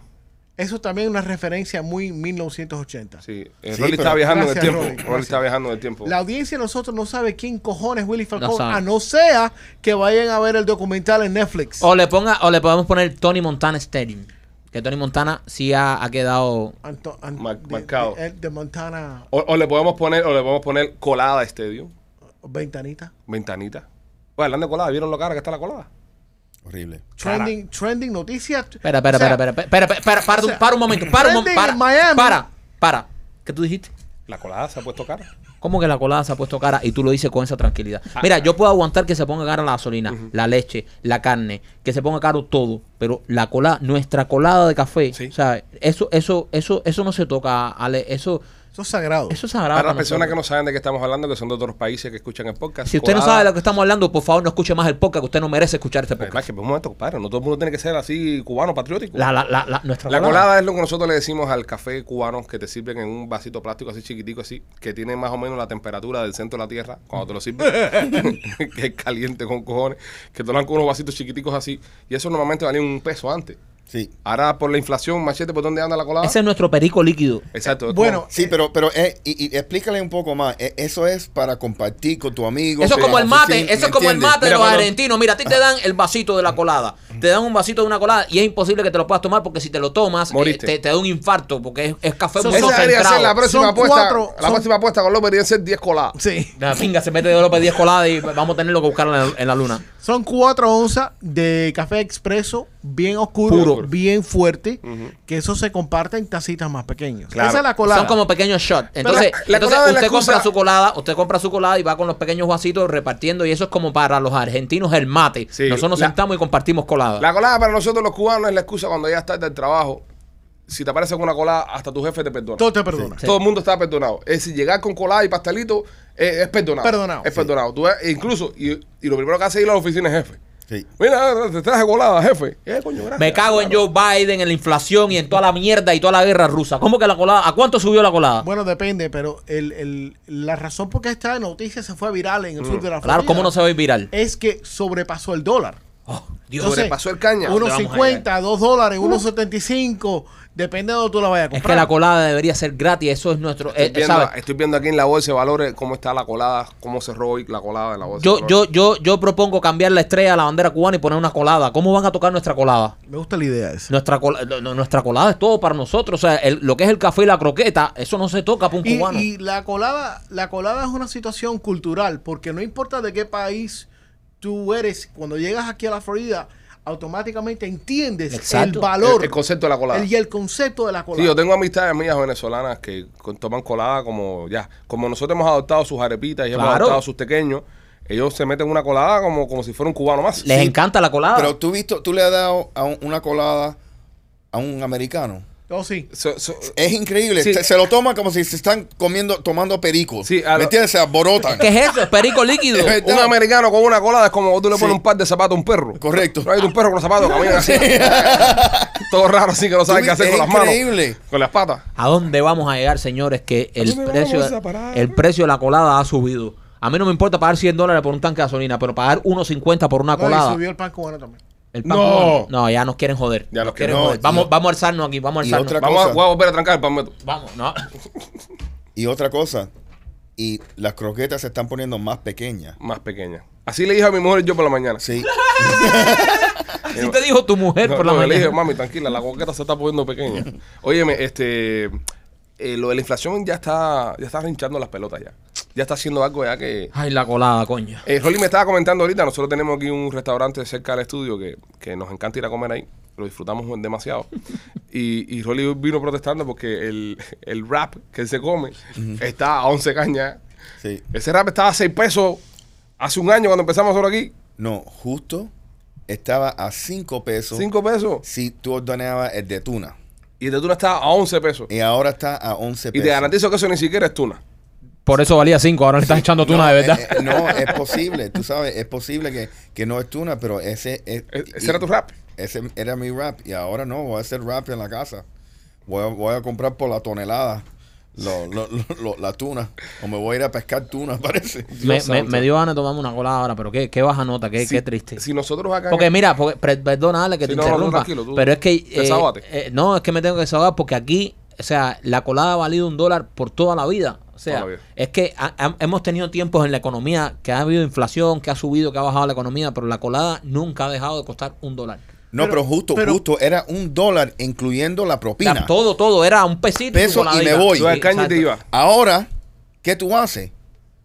S3: Eso también es una referencia muy 1980.
S1: Sí. eh,
S4: Sí,
S1: Rolly
S4: pero-
S1: está viajando en el
S3: Gracias,
S1: tiempo.
S3: Rolly,
S1: Rolly,
S3: gracias.
S1: está viajando en el tiempo.
S3: La audiencia de nosotros no sabe quién cojones es Willy Falcón,
S6: sabe.
S3: a no sea que vayan a ver el documental en Netflix.
S6: O le ponga, o le podemos poner Tony Montana Stadium. Que Tony Montana sí ha, ha quedado.
S3: Anto- an-
S1: Mar-
S3: de-
S1: marcado.
S3: De, de Montana,
S1: O, o le podemos poner, o le podemos poner colada este estadio.
S3: Ventanita.
S1: Ventanita. Oye, hablando de colada, ¿vieron lo cara que está la colada?
S4: Horrible.
S3: Trending, trending noticias.
S6: Espera, espera,
S3: O sea,
S6: espera, espera, espera, espera, espera, para,
S3: o sea,
S6: un- para un momento, para un momento,
S3: trending
S6: para,
S3: en Miami.
S6: para, para. ¿Qué tú dijiste?
S1: La colada se ha puesto cara.
S6: ¿Cómo que la colada se ha puesto cara y tú lo dices con esa tranquilidad?
S1: Ah,
S6: Mira, yo puedo aguantar que se ponga cara la gasolina, la leche, la carne, que se ponga caro todo, pero la colada, nuestra colada de café,
S1: Sí.
S6: ¿sabes? Eso, eso, eso, eso no se toca, Ale, eso,
S3: Eso es sagrado.
S6: eso es sagrado.
S1: Para las
S6: para
S1: personas que no
S6: nosotros.
S1: saben de qué estamos hablando, que son de otros países que escuchan el podcast.
S6: Si usted no
S1: colada-
S6: sabe de lo que estamos hablando, por favor no escuche más el podcast, que usted no merece escuchar este
S1: Pero,
S6: podcast.
S1: más que por eh, pues, un momento, compadre, no todo el mundo tiene que ser así cubano, patriótico.
S6: La, la, la, la- nuestra
S1: La colada es lo que nosotros le decimos al café cubano que te sirven en un vasito plástico así chiquitico así, que tiene más o menos la temperatura del centro de la tierra cuando te lo
S6: (laughs)
S1: sirven, (laughs) que es caliente con cojones, que te lo dan con unos vasitos chiquiticos así, y eso normalmente valía un peso antes.
S4: Sí.
S1: Ahora por la inflación, machete, ¿por dónde anda la colada?
S6: Ese es nuestro perico líquido.
S1: Exacto. es
S3: Bueno,
S4: Sí, pero, pero eh, y, y explícale un poco más. E- Eso es para compartir con tu amigo.
S6: Eso es
S4: con
S6: como
S4: la
S6: el mate,
S4: oficina,
S6: eso es
S4: ¿me
S6: como el
S4: entiendes?
S6: mate de
S1: Mira,
S6: los
S1: cuando-
S6: argentinos. Mira, a ti te dan el vasito de la colada. Te dan un vasito de una colada y es imposible que te lo puedas tomar porque si te lo tomas, eh,
S1: Moriste.
S6: te, te da un infarto porque es, es café
S3: Eso-
S1: como- Esa debería ser la
S6: concentrado.
S1: próxima
S3: Son
S1: apuesta.
S3: cuatro,
S1: la
S3: son-
S1: próxima apuesta con López debería ser 10 coladas.
S3: sí.
S6: La pinga se mete de López 10 colada y vamos a tenerlo que buscar en la, en la luna.
S3: Son cuatro onzas de café expreso, bien oscuro,
S1: Puro.
S3: bien fuerte, que eso se comparte en tacitas más pequeñas.
S1: Claro.
S3: Esa es la colada.
S6: Son como pequeños shots. Entonces,
S1: la
S6: entonces
S1: colada es la
S6: usted compra
S1: excusa-
S6: su colada, usted compra su colada y va con los pequeños vasitos repartiendo y eso es como para los argentinos el mate.
S1: Sí,
S6: Nosotros nos
S1: la-
S6: sentamos y compartimos colada.
S1: La colada para nosotros los cubanos es la excusa cuando ya estás del trabajo. Si te aparece con una colada, hasta tu jefe te perdona.
S3: Todo te perdona.
S6: Sí.
S1: Todo el mundo está perdonado. Es decir, llegar con colada y pastelito eh, es perdonado.
S3: Perdonado,
S1: Es
S3: sí.
S1: e perdonado. Tú, ves, incluso, y, y lo primero que hace es ir a la oficina es jefe.
S4: Sí.
S1: Mira, te traje colada, jefe. Eh, coño, gracias.
S6: Me cago en Joe Biden, en la inflación y en toda la mierda y toda la guerra rusa. ¿Cómo que la colada? ¿A cuánto subió la colada?
S3: Bueno, depende, pero el, el- la razón por qué esta noticia se fue viral en el sur de la Florida
S6: Claro, ¿cómo no se va a ir viral?
S3: es que sobrepasó el dólar.
S6: Oh, Dios.
S3: Entonces,
S1: sobrepasó el caña.
S6: ¿Dónde vamos a
S3: 1.50, 2 dólares, 1.75, depende de donde tú la vayas a
S6: Es
S3: comprar.
S6: que la colada debería ser gratis, eso es nuestro... eh,
S1: Estoy viendo,
S6: ¿sabes?
S1: estoy viendo aquí en la bolsa de valores cómo está la colada, cómo cerró hoy la colada de la bolsa. de
S6: Yo, yo,
S1: valores.
S6: yo, yo propongo cambiar la estrella a la bandera cubana y poner una colada. ¿Cómo van a tocar nuestra colada?
S3: Me gusta la idea esa.
S6: Nuestra, cola- no, no, nuestra colada es todo para nosotros. O sea, el- lo que es el café y la croqueta, eso no se toca para un
S3: Y,
S6: cubano.
S3: y la colada, la colada es una situación cultural, porque no importa de qué país tú eres, cuando llegas aquí a la Florida, automáticamente entiendes el
S6: Exacto.
S3: valor
S1: El, el concepto de la colada.
S3: el- y el concepto de la
S1: Sí,
S3: colada.
S1: yo tengo amistades mías venezolanas que con- toman colada como ya. Como nosotros hemos adoptado sus arepitas y hemos
S6: Claro.
S1: adoptado sus pequeños, ellos se meten una colada como, como si fuera un cubano más.
S6: Les encanta la colada.
S4: Pero tú visto, tú le has dado a un- una colada a un americano.
S3: Oh, sí.
S1: So- so-
S4: Es increíble.
S1: Sí.
S4: Se, se lo toman como si se están comiendo, tomando perico.
S1: Sí, a lo-
S4: ¿Me entiendes? Se alborotan. (laughs)
S6: (laughs) ¿Qué es eso? Es perico líquido.
S4: Es
S1: eh, un americano con una colada es como tú le pones
S4: Sí.
S1: un par de zapatos a un perro.
S4: Correcto.
S1: No hay un perro con los
S4: (laughs)
S1: zapatos, camina así. Todo raro así que no saben qué hacer
S4: Es
S1: con las manos.
S4: increíble.
S1: Con las patas.
S6: ¿A dónde vamos a llegar, señores? Que el
S1: dónde
S6: precio,
S1: vamos a parar?
S6: el precio de la colada ha subido. A mí no me importa pagar 100 dólares por un tanque de gasolina, pero pagar 1.50 por una
S3: No, y
S6: colada.
S3: subió el pan cubano también.
S6: el pan
S1: No.
S6: cubano- no, ya nos quieren joder.
S1: Ya
S6: nos
S1: nos
S6: quieren
S4: quieren-
S6: joder.
S4: no,
S6: Vamos,
S4: tío.
S6: vamos a alzarnos aquí, vamos a
S4: Y
S6: alzarnos.
S4: otra
S1: Vamos a,
S4: cosa.
S1: voy a volver a trancar el palmeto.
S6: Vamos, no. (laughs)
S4: Y otra cosa. Y las croquetas se están poniendo más pequeñas.
S1: Más pequeña. Así le dije a mi mujer yo por la mañana. (laughs)
S4: Sí.
S6: Así te dijo tu mujer
S1: No,
S6: por la
S1: no,
S6: mañana.
S1: Le dije, mami, tranquila, la coqueta se está poniendo
S6: (laughs)
S1: pequeña. Óyeme, este, eh, lo de la inflación ya está, ya está hinchando las pelotas ya. Ya está haciendo algo ya que...
S6: Ay, la colada, coño.
S1: Eh, Rolly me estaba comentando ahorita, nosotros tenemos aquí un restaurante cerca del estudio que, que nos encanta ir a comer ahí. Lo disfrutamos
S6: (laughs)
S1: demasiado. Y, y Rolly vino protestando porque el, el wrap que se come está a 11 cañas.
S4: Sí.
S1: Ese wrap estaba a 6 pesos hace un año cuando empezamos solo aquí.
S4: No, justo estaba a 5 pesos
S1: 5 pesos.
S4: si tú ordenabas el de tuna.
S1: Y el de tuna estaba a 11 pesos.
S6: Eh,
S4: Y ahora está a 11
S1: Y
S4: pesos.
S1: te garantizo que eso ni siquiera es tuna.
S6: Por eso valía 5, ahora le estás echando tú una de verdad.
S4: Eh, eh, no, es posible, tú sabes, es posible que, que no es tuna, pero ese es-
S1: E- Ese
S4: y-
S1: era tu rap.
S4: Ese era mi rap y ahora no, voy a hacer rap en la casa. Voy a, voy a comprar por la tonelada lo- lo- lo- lo- la tuna o me voy a ir a pescar tuna, (laughs) parece.
S6: me,
S1: Dios
S6: me-
S1: santo.
S6: me dio ganas de tomarme una colada ahora, pero qué, qué baja nota, qué,
S1: Si-
S6: qué triste.
S1: Si nosotros acá. en-
S6: Porque mira, porque, pre- perdona Ale que
S1: Sí,
S6: te
S1: no, no,
S6: interrumpa,
S1: tranquilo, tú
S6: pero es que... eh,
S1: desahógate.
S6: eh, no, es que me tengo que desahogar porque aquí, o sea, la colada ha valido un dólar por toda la vida. O sea,
S1: Toda la vida.
S6: es que ha- ha- hemos tenido tiempos en la economía que ha habido inflación, que ha subido, que ha bajado la economía, pero la colada nunca ha dejado de costar un dólar.
S4: No, pero,
S3: Pero-
S4: justo,
S3: pero-
S4: justo, era un dólar incluyendo la
S6: O sea,
S4: propina.
S6: todo, todo, era un pesito.
S4: Peso y me
S6: coladita.
S4: voy.
S1: Tú al caño y te
S6: exacto.
S1: iba.
S4: Ahora, ¿qué tú haces?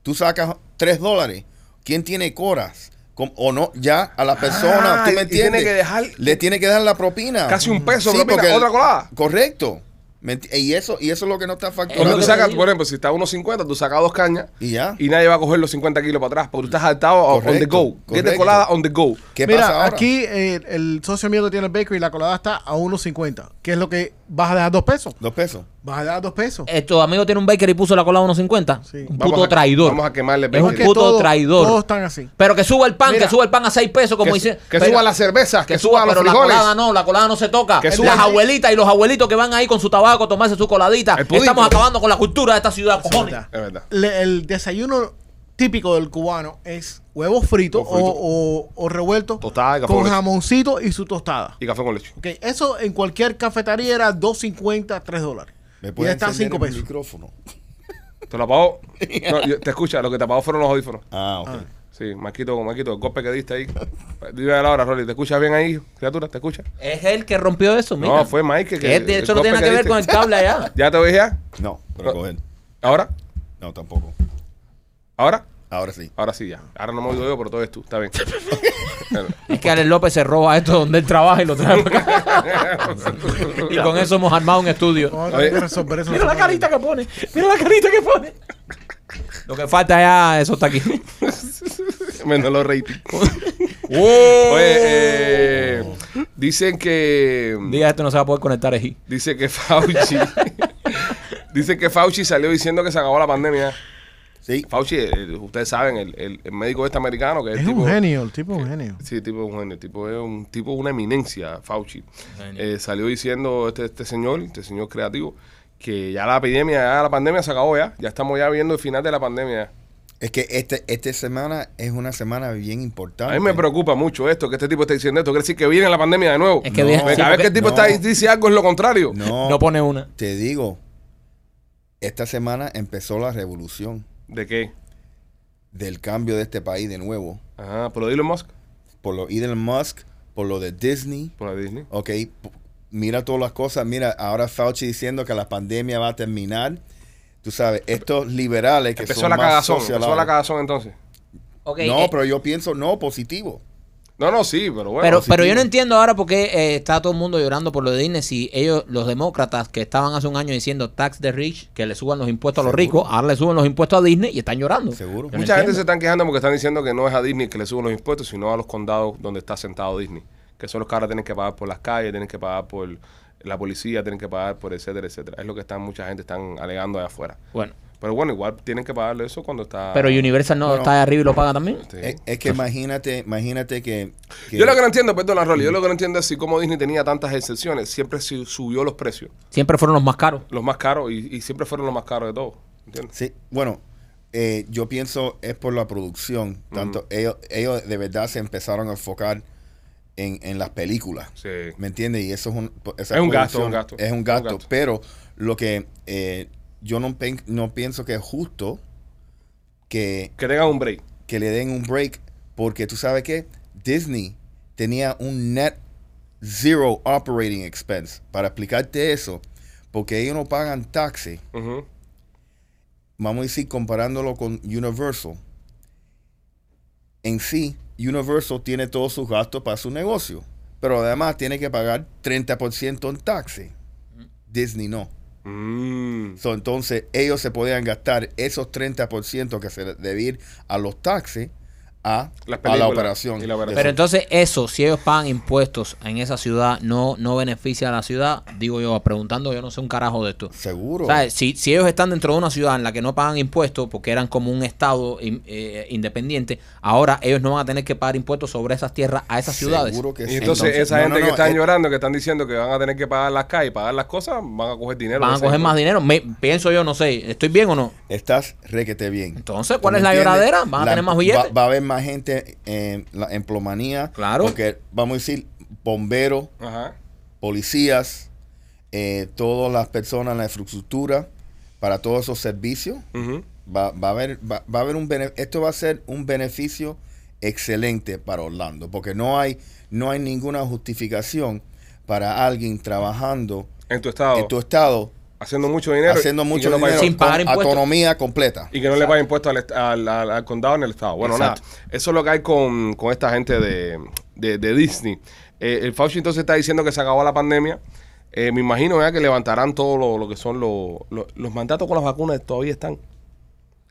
S4: Tú sacas 3 dólares. ¿Quién tiene coras? Com- O no, ya a la persona,
S1: Ah,
S4: ¿tú
S1: y-
S4: me
S1: y tiene
S4: entiendes?
S1: que dejar-
S4: le tiene que dar la propina.
S1: Casi
S3: Mm.
S1: un peso
S4: Sí,
S1: propina,
S4: porque-
S1: otra colada.
S4: Correcto. Me enti- Y eso, y eso es lo que no está
S1: Porque
S6: lo
S4: facturando.
S1: tú
S6: que te
S1: sacas,
S6: digo.
S1: por ejemplo, si está a 1.50, tú sacas dos cañas
S4: Y ya.
S1: y nadie va a coger los 50 kilos para atrás porque tú estás adaptado a- on the
S4: Correcto,
S1: go. Get de
S4: correcto.
S1: colada on the go.
S4: ¿Qué
S3: Mira,
S4: pasa ahora?
S3: aquí eh, el socio mío que tiene el bakery, la colada está a 1.50, que es lo que vas a dejar dos pesos.
S4: Dos pesos.
S3: Vas a dejar dos pesos.
S6: Eh, tu amigo tiene un baker y puso la colada a 1.50.
S3: Sí.
S6: Un
S1: Vamos
S6: puto
S1: a-
S6: traidor.
S1: vamos a quemarle
S6: Es un
S1: bakery.
S3: que
S6: puto
S3: todo-
S6: traidor.
S3: Todos están así.
S6: Pero que suba el pan,
S3: Mira,
S6: que suba el pan a 6 pesos, como
S1: que,
S6: dice.
S1: que
S6: pero-
S1: suba la cerveza, que, suba, los
S6: pero la
S1: frijoles.
S6: colada no, la colada no se toca.
S1: Que suba-
S6: Las abuelitas y los abuelitos que van ahí con su tabaco a tomarse su coladita.
S1: El pudín.
S6: Estamos acabando con la cultura de esta ciudad, cojones.
S3: verdad.
S1: Es verdad.
S3: Le- el desayuno típico del cubano es huevos fritos
S1: Huevo frito.
S3: o, o, o revueltos
S1: Tostada y café con
S3: con
S1: leche.
S3: jamoncito y su tostada.
S1: Y café con leche.
S3: Ok, Eso en cualquier cafetería era 2.50, 3 dólares.
S4: Me
S3: Y
S4: puede
S3: ya está a 5
S4: el
S3: pesos.
S4: micrófono.
S1: Te lo
S6: (laughs)
S1: apagó. No, yo- te escucha, lo que te apagó fueron los audífonos.
S4: Ah, ok.
S1: Sí, Marquito, Marquito, el golpe que diste ahí. Dime a la hora, Rolly. ¿Te escuchas bien ahí, criatura? ¿Te escuchas?
S6: Es él que rompió eso, mira.
S1: No, fue Mike que-
S6: Que él, de
S1: el
S6: hecho, no tiene nada
S1: golpe
S6: que
S1: que
S6: ver con el
S1: diste.
S6: cable allá.
S1: ¿Ya te oí ya?
S4: No, pero coger.
S1: ¿Ahora?
S4: No, tampoco.
S1: ¿Ahora?
S4: Ahora sí.
S1: Ahora sí, ya. Ahora no me oigo yo, pero todo es tú.
S6: (laughs)
S1: Está bien.
S6: (laughs)
S1: (laughs)
S6: Es que Alex López se roba esto donde él trabaja y lo trae para acá. (laughs) y con eso hemos armado un estudio.
S3: Vamos a tener
S1: Oye.
S3: que resolver eso.
S6: Mira la carita que pone. Mira la carita que pone. Lo que falta ya, eso está aquí. (laughs)
S1: (laughs) Menos los
S3: (laughs)
S1: ratings.
S6: ¡Wow!
S1: Oye, eh, dicen que.
S6: Diga esto, no se va a poder conectar aquí.
S1: (laughs) Dice que Fauci. dice que Fauci salió diciendo que se acabó la pandemia.
S4: Sí.
S1: Fauci, el- ustedes saben, el, el- el médico este americano que es,
S3: Es
S1: tipo,
S3: un genio, el tipo es un genio.
S1: Sí, tipo es un genio, tipo es un tipo una eminencia, Fauci. Eh, salió diciendo este, este señor, este señor creativo, que ya la epidemia, ya la pandemia se acabó ya, ya estamos ya viendo el final de la pandemia.
S4: Es que este, esta semana es una semana bien
S1: A
S4: importante.
S1: mí me preocupa mucho esto, que este tipo está diciendo esto, quiere decir que viene la pandemia de nuevo.
S6: Es que
S1: No.
S6: viene- sí,
S1: Cada vez
S6: porque-
S1: que el tipo
S4: no.
S1: está ahí, dice algo es lo contrario.
S4: No,
S6: No pone una.
S4: te digo, esta semana empezó la revolución
S1: ¿De qué?
S4: del cambio de este país de nuevo.
S1: Ajá, Ah, por lo de Elon Musk,
S4: Por lo Elon Musk, por lo de Disney.
S1: por la Disney.
S4: Ok, p- mira todas las cosas. Mira, ahora Fauci diciendo que la pandemia va a terminar. Tú sabes, estos liberales que
S1: Empezó
S4: son
S1: la
S4: más
S1: cagazón, empezó
S4: socialables.
S1: la cagazón entonces.
S6: Ok,
S4: No,
S6: eh,
S4: pero yo pienso, no, positivo.
S1: No, no, sí, pero bueno.
S6: pero,
S1: sí.
S6: pero yo no entiendo ahora por qué eh, está todo el mundo llorando por lo de Disney si ellos, los demócratas que estaban hace un año diciendo tax the rich, que le suban los impuestos a los ricos, ahora le suben los impuestos a Disney y están llorando.
S4: Seguro.
S6: Yo no
S1: Mucha gente se
S6: entiendo.
S1: están quejando porque están diciendo que no es a Disney que le suben los impuestos, sino a los condados donde está sentado Disney. Que son los que ahora tienen que pagar por las calles, tienen que pagar por la policía, tienen que pagar por etcétera, etcétera. Es lo que están, mucha gente están alegando allá afuera.
S6: Bueno,
S1: Pero bueno, igual tienen que pagarle eso cuando está...
S6: pero Eh, Universal no
S4: Bueno.
S6: está ahí arriba y lo paga también.
S1: Sí.
S4: Es, es que imagínate, imagínate que, que-
S1: Yo lo que no entiendo, perdona, Rolly, yo lo que no entiendo es si como Disney tenía tantas excepciones, siempre su- subió los precios,
S6: Siempre fueron los más caros.
S1: los más caros, y, y siempre fueron los más caros de todos. ¿Entiendes?
S4: Sí, bueno, eh, yo pienso es por la producción. Tanto ellos, ellos de verdad se empezaron a enfocar en, en las películas.
S1: Sí.
S4: ¿Me entiendes? Y eso es un, esa
S1: Es un gasto,
S4: producción
S1: un gasto.
S4: Es
S1: Un
S4: un gasto.
S1: gasto.
S4: Pero lo que eh, yo no, pen- no pienso que es justo que,
S1: Que tengan un break.
S4: que le den un break. Porque tú sabes que Disney tenía un net zero operating expense. Para explicarte eso, porque ellos no pagan taxi
S1: Ujú.
S4: vamos a decir, comparándolo con Universal, en sí, Universal tiene todos sus gastos para su negocio, pero además tiene que pagar 30% en taxi. Disney no.
S1: Mm.
S4: So, entonces, ellos se podían gastar esos 30% que se debían a los taxis a,
S1: Las
S4: a la
S1: películas
S4: operación.
S1: y la operación.
S6: Pero entonces eso, si ellos pagan impuestos en esa ciudad, no, no beneficia a la ciudad, digo yo, preguntando, yo no sé un carajo de esto.
S4: Seguro.
S6: O sea, si, si ellos están dentro de una ciudad en la que no pagan impuestos porque eran como un estado in- eh, independiente, ahora ellos no van a tener que pagar impuestos sobre esas tierras a esas ciudades.
S4: Seguro que
S1: Y
S4: sí.
S1: entonces, esa
S4: no,
S1: gente
S4: no, no,
S1: que están
S4: eh,
S1: llorando, que están diciendo que van a tener que pagar las calles, pagar las cosas, van a coger dinero.
S6: Van
S1: de
S6: a
S1: ese
S6: coger más
S1: impuesto.
S6: dinero. Me- pienso yo, no sé, ¿estoy bien o no?
S4: Estás requete bien.
S6: Entonces,
S4: ¿Tú
S6: ¿cuál
S4: me
S6: es la
S4: entiendes?
S6: lloradera? ¿Van a
S4: La-
S6: tener más billetes?
S4: Va, va a haber más gente en la emplomanía.
S6: Claro.
S4: Porque, vamos a decir, bomberos,
S1: Ajá.
S4: policías, eh, todas las personas en la infraestructura, para todos esos servicios.
S1: Ujú.
S4: Va, va a haber, va, va a haber un bene- esto va a ser un beneficio excelente para Orlando, porque no hay, no hay ninguna justificación para alguien trabajando
S1: En tu estado.
S4: en tu estado
S1: haciendo mucho Oh. dinero.
S4: haciendo
S1: y que
S4: mucho
S1: no
S4: dinero
S1: pague-
S6: Sin
S4: con
S6: pagar impuestos.
S4: autonomía completa.
S1: Y que no le pague impuestos al, est- al, al- al condado ni al estado. Bueno,
S6: Exacto.
S1: nada. Eso es lo que hay con, con esta gente de, de- de Disney. Eh, el Fauci entonces está diciendo que se acabó la pandemia. Eh, me imagino ya que levantarán todo lo, lo que son los- los- los mandatos con las vacunas todavía están.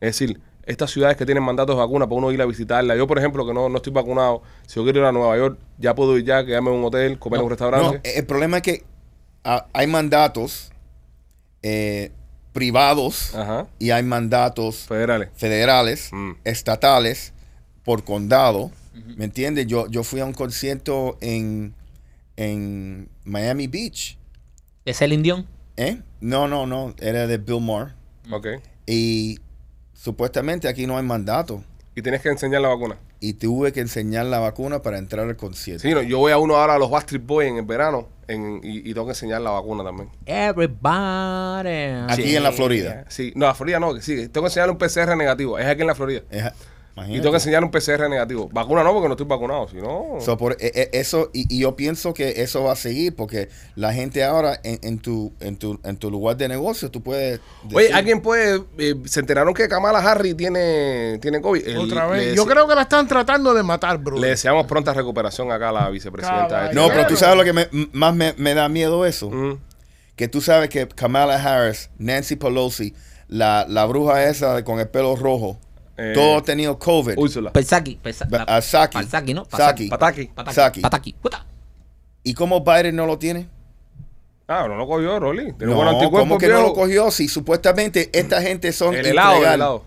S1: Es decir, estas ciudades que tienen mandatos de vacuna para uno ir a visitarla. Yo, por ejemplo, que no, no estoy vacunado, si yo quiero ir a Nueva York, ya puedo ir ya, quedarme en un hotel, comer en un
S4: No, eh,
S1: restaurante.
S4: el problema es que ah, hay mandatos eh, privados
S1: Ajá.
S4: y hay mandatos
S1: Federales.
S4: federales,
S1: Ah. Pues. Mm.
S4: estatales, por condado. ¿Me entiendes? Yo, yo fui a un concierto en, en Miami Beach.
S6: ¿Es el indión?
S4: ¿eh? No, no, no. Era de Bill Maher.
S1: Ok.
S4: Y supuestamente aquí no hay mandato.
S1: Y tienes que enseñar la vacuna.
S4: Y tuve que enseñar la vacuna para entrar al concierto.
S1: Sí, no, yo voy a uno ahora a los Backstreet Boys en el verano en- y, y tengo que enseñar la vacuna también.
S6: Everybody.
S4: Aquí en la Florida.
S1: Sí, no, la Florida no, que sí, tengo que enseñar un PCR negativo, es aquí en la Florida.
S4: Es-
S1: Y tengo que
S4: imagínate.
S1: enseñar un PCR negativo. Vacuna no, porque no estoy vacunado, si no...
S4: So, por- e- e- eso, y, y yo pienso que eso va a seguir porque la gente ahora en, en tu, en, tu, en tu lugar de negocio, tú puedes...
S1: Oye,
S4: decir-
S1: ¿alguien puede...? eh, se enteraron que Kamala Harris tiene, tiene COVID. El-
S3: Otra vez.
S1: le
S3: Yo
S1: dese-
S3: creo que la están tratando de matar, bro.
S1: Le deseamos pronta recuperación acá a la vicepresidenta.
S3: Caballo.
S4: No, pero tú sabes lo que me- m- más me, me da miedo eso.
S1: Mm.
S4: Que tú sabes que Kamala Harris, Nancy Pelosi, la, la bruja esa con el pelo rojo,
S1: Eh,
S4: todos han tenido COVID.
S1: Úrsula.
S6: Pesaki. Pesa-
S4: Ba-
S6: la-
S4: a Saki.
S6: Pasaki, ¿no?
S4: Saki.
S1: Pataki.
S6: Pataki.
S4: Saki.
S6: Pataki. Puta.
S4: ¿Y cómo Biden no lo tiene?
S1: Ah, no lo cogió, Rolly. Tiene
S4: No,
S1: buenos anticuerpos,
S4: ¿cómo que no
S1: viejo.
S4: lo cogió? Si supuestamente esta gente son
S1: El helado, el
S4: entregar-
S1: helado.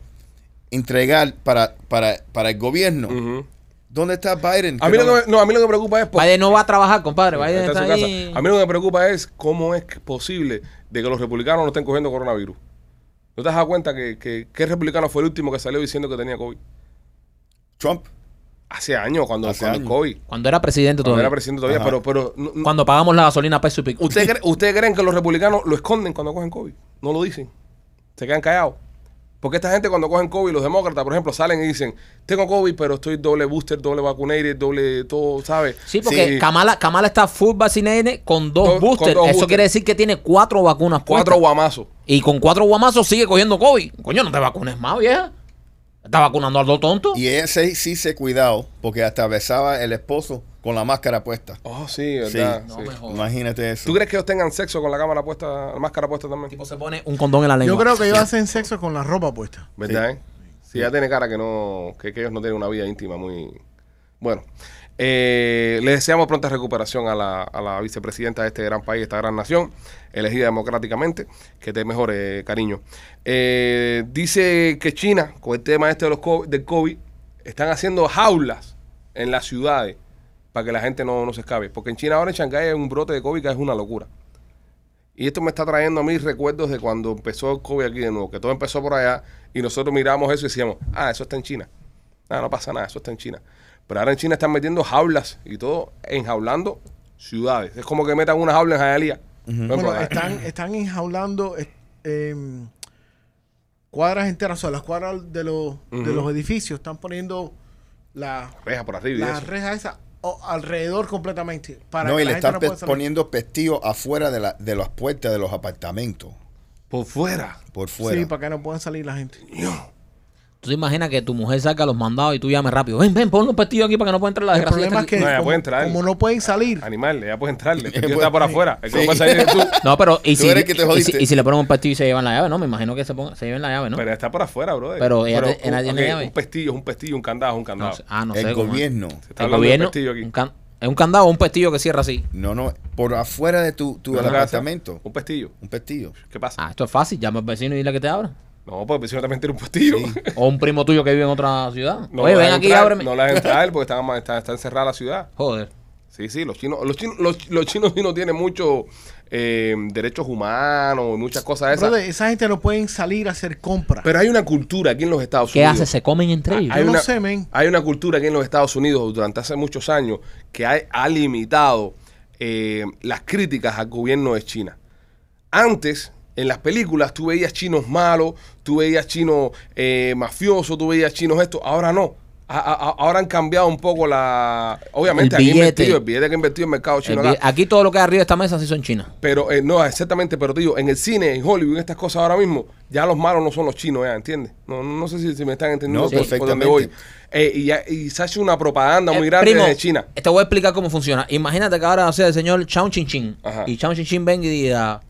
S4: entregar para, para, para el gobierno.
S1: Ujú.
S4: ¿Dónde está Biden?
S1: A mí
S4: Que
S1: lo
S4: no-
S1: que me- no, a mí lo que me preocupa es pues, por-
S6: Biden no va a trabajar, compadre. Biden
S1: Está en
S6: está,
S1: su casa.
S6: ahí.
S1: A mí lo que me preocupa es cómo es posible de que los republicanos no estén cogiendo coronavirus. ¿No te has dado cuenta que, que, que republicano fue el último que salió diciendo que tenía COVID?
S4: Trump.
S1: Hace años, cuando,
S4: Hace
S1: cuando el
S4: años.
S1: COVID.
S6: Cuando era presidente
S1: Cuando
S6: todavía.
S1: era presidente todavía,
S4: Ajá.
S1: pero... pero no- no-
S6: Cuando pagamos la gasolina a peso y pico. (laughs)
S1: ¿Ustedes creen, ustedes creen que los republicanos lo esconden cuando cogen COVID? No lo dicen. Se quedan callados. Porque esta gente cuando cogen COVID, los demócratas, por ejemplo, salen y dicen, tengo COVID, pero estoy doble booster, doble vacunated, doble todo, ¿sabes?
S6: Sí, porque
S1: Sí.
S6: Kamala, Kamala está full vaccinated con dos
S1: Do- con
S6: boosters.
S1: dos
S6: Eso
S1: boosters.
S6: quiere decir que tiene cuatro vacunas
S1: Cuatro
S6: puestas.
S1: guamazos.
S6: Y con cuatro guamazos sigue cogiendo COVID. Coño, no te vacunes más, vieja. ¿Estás vacunando a los tontos?
S4: Y ella se- sí se cuidado porque hasta besaba el esposo con la máscara puesta.
S1: Oh, sí, ¿verdad?
S4: Sí.
S1: Sí.
S6: No me jodas.
S4: Imagínate eso.
S1: ¿Tú crees que ellos tengan sexo con la cámara puesta, la máscara puesta también?
S6: tipo se pone un condón en la lengua.
S3: Yo creo que ellos hacen sexo con la ropa puesta.
S1: ¿Verdad? eh? Sí, ya tiene cara que no, que, que ellos no tienen una vida íntima muy. Bueno, eh, le deseamos pronta recuperación a la, a la vicepresidenta de este gran país, esta gran nación, elegida democráticamente. Que te mejore, eh, cariño. Eh, dice que China, con el tema este de los co- del COVID, están haciendo jaulas en las ciudades para que la gente no, no se escape. Porque en China ahora en Shanghái hay un brote de COVID que es una locura. Y esto me está trayendo a mí recuerdos de cuando empezó el COVID aquí de nuevo, que todo empezó por allá y nosotros miramos eso y decíamos, ah, eso está en China. Ah, no pasa nada, eso está en China. Pero ahora en China están metiendo jaulas y todo, enjaulando ciudades. Es como que metan una jaula en Jayalía.
S3: Bueno, están, están enjaulando eh, em, cuadras enteras, o sea, las cuadras de los, de los edificios. Están poniendo la,
S1: Reja por arriba y
S3: la
S1: eso.
S3: reja esa o- alrededor completamente. Para
S4: no,
S3: que
S4: y
S3: la
S4: le
S3: gente
S4: están
S3: no
S4: pe-
S3: pueda salir.
S4: poniendo pestillos afuera de, la- de las puertas de los apartamentos.
S1: Por fuera.
S4: Por fuera.
S3: Sí, para que no puedan salir la gente.
S6: Tú te imaginas que tu mujer saca los mandados y tú llames rápido. Ven, ven, ponle un pestillo aquí para que no pueda entrar la
S3: El
S6: desgracia.
S3: problema es que
S1: No, ya
S3: como,
S1: puede entrar.
S3: como no pueden salir,
S1: Animal, ya puedes entrarle. El tío está por afuera. El que no puede salir es tú.
S6: No, pero y
S4: Tú
S6: si,
S4: eres que te
S6: y,
S4: jodiste.
S6: si, y si le ponen un pestillo y se llevan la llave, ¿no? Me imagino que se, ponga- se lleven la llave, ¿no?
S1: Pero está por afuera, brother.
S6: Pero ella te-
S1: un-
S6: nadie
S1: ok,
S6: le llave.
S1: un pestillo, es un pestillo, un candado, es un candado.
S6: No sé. ah, no sé.
S4: el
S6: cómo es.
S4: gobierno.
S1: Se está
S6: El
S1: hablando de
S6: gobierno.
S1: pestillo aquí.
S6: un can- es un candado o un pestillo que cierra así.
S4: No, no. Por afuera de tu, tu
S1: ¿No es
S4: el
S1: lo que hace?
S4: apartamento.
S1: Un pestillo.
S4: Un pestillo.
S1: ¿Qué pasa?
S6: Ah, esto es fácil. Llama al vecino y dile que te abra.
S1: No, porque el vecino también tiene un pestillo.
S6: O un primo tuyo que vive en otra ciudad.
S1: (laughs) No
S6: Oye,
S1: la
S6: ven
S1: dejan
S6: aquí,
S1: entrar,
S6: ábreme.
S1: No la dejan
S6: (laughs)
S1: entrar porque está, está, está encerrada la ciudad.
S6: Joder.
S1: Sí, sí, los chinos, los chinos, los, los chinos sí no tienen muchos eh, derechos humanos y muchas cosas de esas.
S3: brother, esa gente no pueden salir a hacer compras.
S1: Pero hay una cultura aquí en los Estados
S6: ¿Qué
S1: Unidos.
S6: hace? Se comen
S4: Ah,
S6: entre ellos.
S1: hay
S3: Yo no
S1: una,
S3: sé, men.
S1: Hay una cultura aquí en los Estados Unidos durante hace muchos años que ha, ha limitado eh, las críticas al gobierno de China. Antes, en las películas, tú veías chinos malos, tú veías chinos eh, mafiosos, tú veías chinos esto. Ahora no. A- a- a- ahora han cambiado un poco la... Obviamente,
S6: El
S1: aquí ha
S6: billete.
S1: invertido, el billete que ha invertido el mercado chino.
S6: El vi-
S1: acá.
S6: aquí todo lo que hay arriba de esta mesa sí son chinas.
S1: Pero eh, no, exactamente, pero te digo, en el cine, en Hollywood, en estas cosas ahora mismo, ya los malos no son los chinos, ya, ¿entiendes? No, no, no sé si, si me están entendiendo
S4: No,
S1: por- por,
S4: perfectamente.
S1: dónde voy. Eh, y, ya- y se hace una propaganda muy
S6: Eh,
S1: grande
S6: primo,
S1: de China.
S6: Te voy a explicar cómo funciona. Imagínate que ahora sea el señor Chao Chin Chin.
S1: Ajá.
S6: Y Chao Chin Chin venga y diga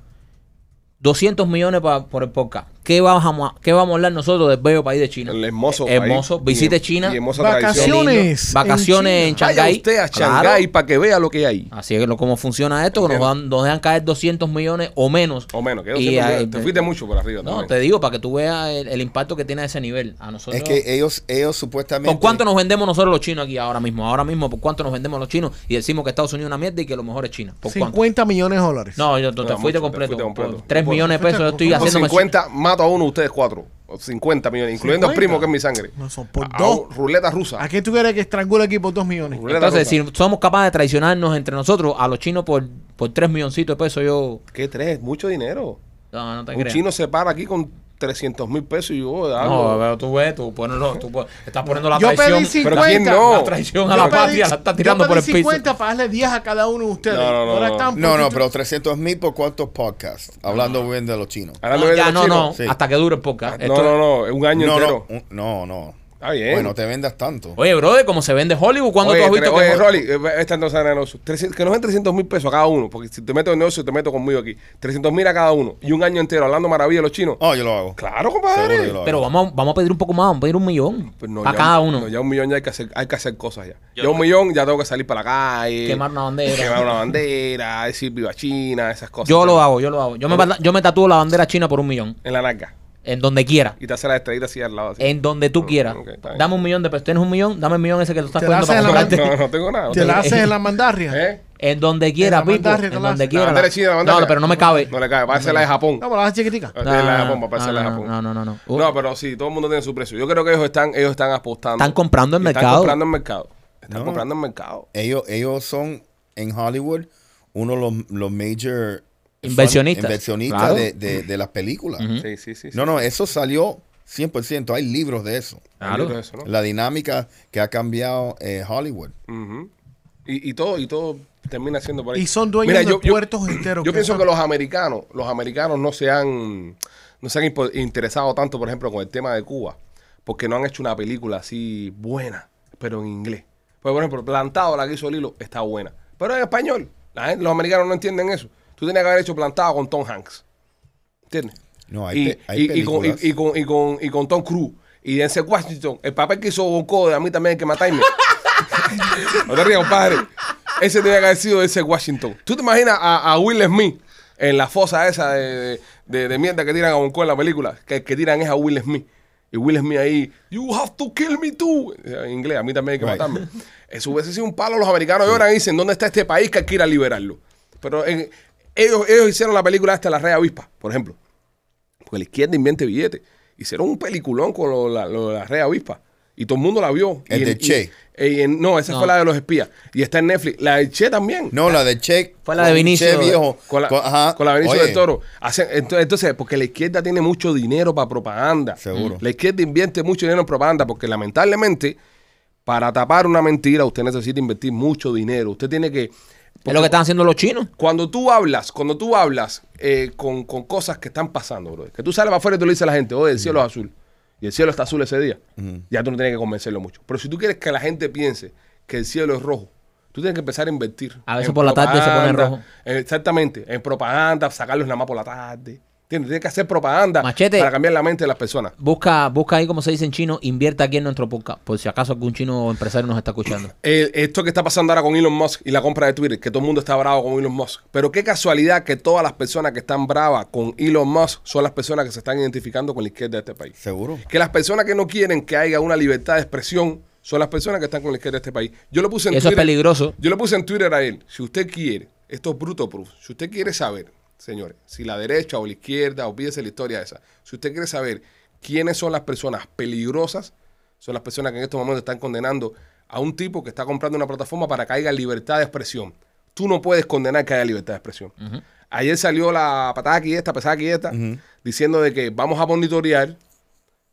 S6: 200 millones pa- por el podcast. ¿Qué vamos, a, ¿Qué vamos a hablar nosotros del bello país de China?
S1: El hermoso
S6: Eh, hermoso.
S1: país.
S6: Visite
S1: Y-
S6: China.
S1: Y hermosa
S6: Qué
S1: tradición.
S3: Vacaciones.
S6: lindo.
S3: en
S6: Vacaciones en,
S3: China.
S1: Vaya
S6: Shanghái.
S1: usted a
S6: Claro.
S1: Shanghái para que vea lo que hay ahí.
S6: Así es lo como funciona esto, que nos, van- nos dejan caer 200 millones o menos.
S1: O menos, que
S6: Y
S1: doscientos
S6: ahí-
S1: millones. te fuiste mucho por arriba
S6: No,
S1: también.
S6: te digo, para que tú veas el, el impacto que tiene a ese nivel. A nosotros.
S4: Es que ellos, ellos supuestamente.
S6: ¿Por cuánto nos vendemos nosotros los chinos aquí ahora mismo? Ahora mismo, ¿por cuánto nos vendemos los chinos? Y decimos que Estados Unidos es una mierda y que lo mejor es China. ¿Por cuánto?
S3: 50 millones de dólares.
S6: No, yo, tú
S1: No,
S6: te,
S1: mucho,
S6: fuiste
S1: te
S6: completo.
S1: fuiste completo.
S6: 3
S1: Por-
S6: millones de pesos yo estoy
S3: por
S1: Con
S6: haciendo...
S1: 50 mato a uno de ustedes cuatro. O 50 millones, incluyendo al primo que es mi sangre.
S3: No, son por
S1: A- a
S3: dos.
S1: un- Ruleta rusa.
S3: ¿A quién tú quieres que estrangule aquí por 2 millones?
S1: Ruleta
S6: Entonces,
S1: rusa.
S6: si somos capaces de traicionarnos entre nosotros, a los chinos por, por 3 milloncitos de pesos, yo...
S1: ¿Qué tres? Mucho dinero.
S6: No, no te
S1: Un
S6: creas.
S1: chino se para aquí con 300 mil pesos y yo... "Oh, hago-
S6: No, pero tú ves, tú, pones los- tú pon- estás poniendo la
S3: Yo pedí
S6: traición...
S3: cinco.
S1: Pero ¿quién
S3: 50.
S1: no?
S6: La traición a
S3: Yo
S6: la
S3: pedí-
S6: patria la estás tirando
S3: yo
S6: por el
S3: pedí
S6: piso.
S3: 50 para darle 10 a cada uno de ustedes.
S1: No, no, no,
S3: Ahora
S1: no.
S3: están
S4: No,
S3: por-
S4: no, pero 300 mil por cuántos podcasts. Hablando bien de los chinos.
S1: Ahora
S6: No,
S1: ves
S6: ya,
S1: los
S6: no,
S1: chinos.
S6: no.
S4: Sí.
S6: Hasta que dure el podcast.
S1: No,
S6: Esto-
S1: no, no, es un año
S4: No, no,
S1: entero.
S4: un- no, no.
S1: Está bien.
S4: Bueno, te vendas tanto.
S6: Oye, brother, como se vende Hollywood, cuando
S1: Oye,
S6: tú has visto
S1: tre- oye,
S6: que...
S1: Rolly, eh, esta no sea negocio. 300 que nos den 300 mil pesos a cada uno, porque si te meto en negocio, te meto conmigo aquí. 300 mil a cada uno y un año entero hablando maravilla de los chinos.
S4: Oh, yo lo hago.
S1: Claro,
S4: Seguro
S1: compadre.
S4: que lo hago.
S6: Pero vamos, a- vamos a pedir un poco más, vamos a pedir un millón
S1: Pues no,
S6: para
S1: ya-
S6: cada uno.
S1: no, ya un millón ya hay que hacer, hay que hacer cosas ya.
S5: Yo-
S1: ya un millón ya tengo que salir para la calle.
S6: Quemar una bandera.
S1: Quemar una bandera, decir viva China, esas cosas.
S6: yo lo hago, yo lo hago. Yo me, yo me tatúo la bandera china por un millón.
S1: En la narca.
S6: En donde quiera.
S1: Y te hace la estrellita así al lado. Así.
S6: En donde tú
S1: Ok,
S6: quieras.
S1: Mm, ok, está bien.
S6: Dame un millón de pesos. ¿Tienes un millón? Dame el millón ese que tú estás
S3: Te
S6: cogiendo
S3: la
S6: para
S3: hacen
S1: (laughs)
S6: comprarte.
S1: No, no tengo nada. no
S3: Te
S1: tengo-
S3: la haces en la mandarria.
S1: ¿Eh?
S6: (laughs) En donde quiera,
S3: la
S6: Pipo.
S3: mandarria te
S6: En
S3: la
S6: donde
S3: hacen.
S1: La
S6: quiera.
S1: bandera china, la bandera.
S6: No, pero no me cabe. Ah,
S1: No le cabe. Parece la de Japón.
S3: No, pero la haces chiquitica.
S1: De la de Japón, para hacer
S6: no,
S1: la de
S6: no,
S1: Japón.
S6: no, no, no, no. Uh,
S1: No, pero sí, todo el mundo tiene su precio. Yo creo que ellos están, ellos están apostando.
S6: Están comprando en
S1: Y Están
S6: mercado.
S1: comprando en mercado. Están
S4: No.
S1: comprando en mercado.
S4: Ellos, ellos son en Hollywood uno de los, los major
S6: Inversionistas.
S4: son inversionistas
S6: Claro.
S4: de, de- de las películas.
S6: ¿Mm?
S1: Sí, sí, sí. sí.
S4: No, no, eso salió 100%. Hay libros de eso.
S1: Yo creo eso, ¿no?
S4: La dinámica que ha cambiado eh, Hollywood.
S1: Ujú. y, y todo, y todo termina siendo por ahí.
S3: Y son dueños
S1: Mira,
S3: de
S1: yo- yo-
S3: puertos enteros.
S1: Yo pienso
S3: son-
S1: que los americanos, los americanos no se han, no se han impo- interesado tanto, por ejemplo, con el tema de Cuba, porque no han hecho una película así buena, pero en inglés. Pues, por ejemplo, Plantado, la que hizo Lilo, está buena. Pero en español, la gente- los americanos no entienden eso. Tú tenías que haber hecho Plantado con Tom Hanks. ¿Entiendes?
S4: No, hay,
S1: Y,
S4: pe- hay
S1: y- y con, y-
S4: películas.
S1: y con- y con- y con Tom Cruise y Denzel Washington, el papel que hizo Bonco a mí también hay que
S4: (laughs)
S1: matarme. no te rías, compadre. Ese tenía que haber sido Denzel Washington. ¿Tú te imaginas a, a Will Smith en la fosa esa de, de- de- de mierda que tiran a Bonco en la película? Que, que tiran es a Will Smith. Y Will Smith ahí, you have to kill me too. En inglés, a mí también hay que
S4: Right.
S1: matarme. Eso hubiese sido un palo. Los americanos lloran y dicen, ¿dónde está este país que hay que ir a liberarlo? Pero en- ellos, ellos hicieron la película hasta La Rey Avispa, por ejemplo. Porque la izquierda invierte billetes. Hicieron un peliculón con lo, la, lo de la Red Avispa. Y todo el mundo la vio.
S4: El
S1: y
S4: de
S1: y-
S4: Che.
S1: y en- no, esa
S6: No.
S1: fue la de los espías. Y está en Netflix. La de Che también.
S4: no, la de Che.
S6: Fue la de
S4: con
S6: Vinicio, eh.
S4: Che viejo.
S1: Con la,
S4: con- ajá.
S1: con la Benicio
S4: Oye,
S1: del Toro. Hacen- ento- entonces, porque la izquierda tiene mucho dinero para propaganda.
S4: Seguro.
S1: La izquierda invierte mucho dinero en propaganda porque lamentablemente, para tapar una mentira, usted necesita invertir mucho dinero. Usted tiene que...
S6: Es lo que están haciendo los chinos.
S1: Cuando tú hablas, cuando tú hablas eh, con, con cosas que están pasando, bro, que tú sales para afuera y tú le dices a la gente, oye, el cielo es azul, y el cielo está azul ese día, ya tú no tienes que convencerlo mucho. Pero si tú quieres que la gente piense que el cielo es rojo, tú tienes que empezar a invertir.
S6: A veces
S1: en
S6: por la tarde se pone
S1: propaganda,
S6: rojo.
S1: en- exactamente, en propaganda, sacarlos nada más por la tarde. ¿Entiendes? Tienes que hacer propaganda
S6: Machete.
S1: para cambiar la mente de las personas.
S6: Busca, busca ahí como se dice en chino, invierta aquí en nuestro podcast, por si acaso algún chino empresario nos está escuchando.
S1: Eh, esto que está pasando ahora con Elon Musk y la compra de Twitter, que todo el mundo está bravo con Elon Musk. Pero qué casualidad que todas las personas que están bravas con Elon Musk son las personas que se están identificando con la izquierda de este país.
S4: Seguro.
S1: Que las personas que no quieren que haya una libertad de expresión son las personas que están con la izquierda de este país. Yo lo puse en
S6: Eso es
S1: Twitter.
S6: peligroso.
S1: Yo le puse en Twitter a él, si usted quiere, esto es bruto proof, si usted quiere saber, señores, si la derecha o la izquierda, o pídese la historia esa, si usted quiere saber quiénes son las personas peligrosas, son las personas que en estos momentos están condenando a un tipo que está comprando una plataforma para que haya libertad de expresión. Tú no puedes condenar que haya libertad de expresión. Ayer salió la patada aquí esta, pesada aquí esta, diciendo de que vamos a monitorear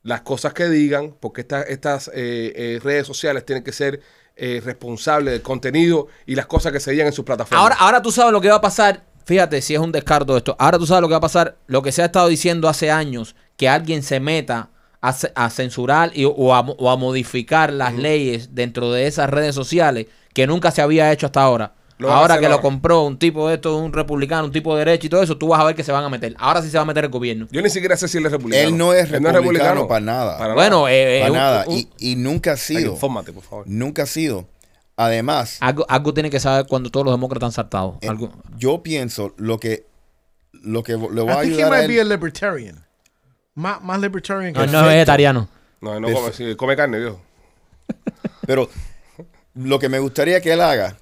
S1: las cosas que digan, porque esta- estas eh, eh, redes sociales tienen que ser eh, responsables del contenido y las cosas que se digan en sus plataformas.
S6: Ahora, ah, ahora tú sabes lo que va a pasar. Fíjate, si es un descarto esto. Ahora tú sabes lo que va a pasar. Lo que se ha estado diciendo hace años, que alguien se meta a, ce- a censurar y- o, a, mo- o a modificar las leyes dentro de esas redes sociales que nunca se había hecho hasta ahora.
S1: Lo van a
S6: ahora
S1: hacer
S6: que lo
S1: ahora.
S6: compró un tipo de esto, un republicano, un tipo de derecho y todo eso, tú vas a ver que se van a meter. Ahora sí se va a meter el gobierno.
S1: yo ni siquiera sé si él es republicano.
S4: Él no es republicano para nada.
S6: Bueno, eh, eh,
S4: Para
S6: un-
S4: nada.
S6: un-
S4: y, y nunca ha
S1: Ay,
S4: sido.
S1: infórmate, por favor.
S4: Nunca ha sido. Además,
S6: algo, algo tiene que saber cuando todos los demócratas han saltado.
S4: eh,
S6: Algo-
S4: yo pienso lo que lo que le voy a
S3: I think he
S4: ayudar a
S3: might be a
S4: él.
S3: libertarian. Má- más libertarian
S6: no,
S3: que
S6: no es vegetariano.
S1: No, no
S4: Perfe-
S1: come, sí, come carne, viejo.
S4: Pero lo que me gustaría que él haga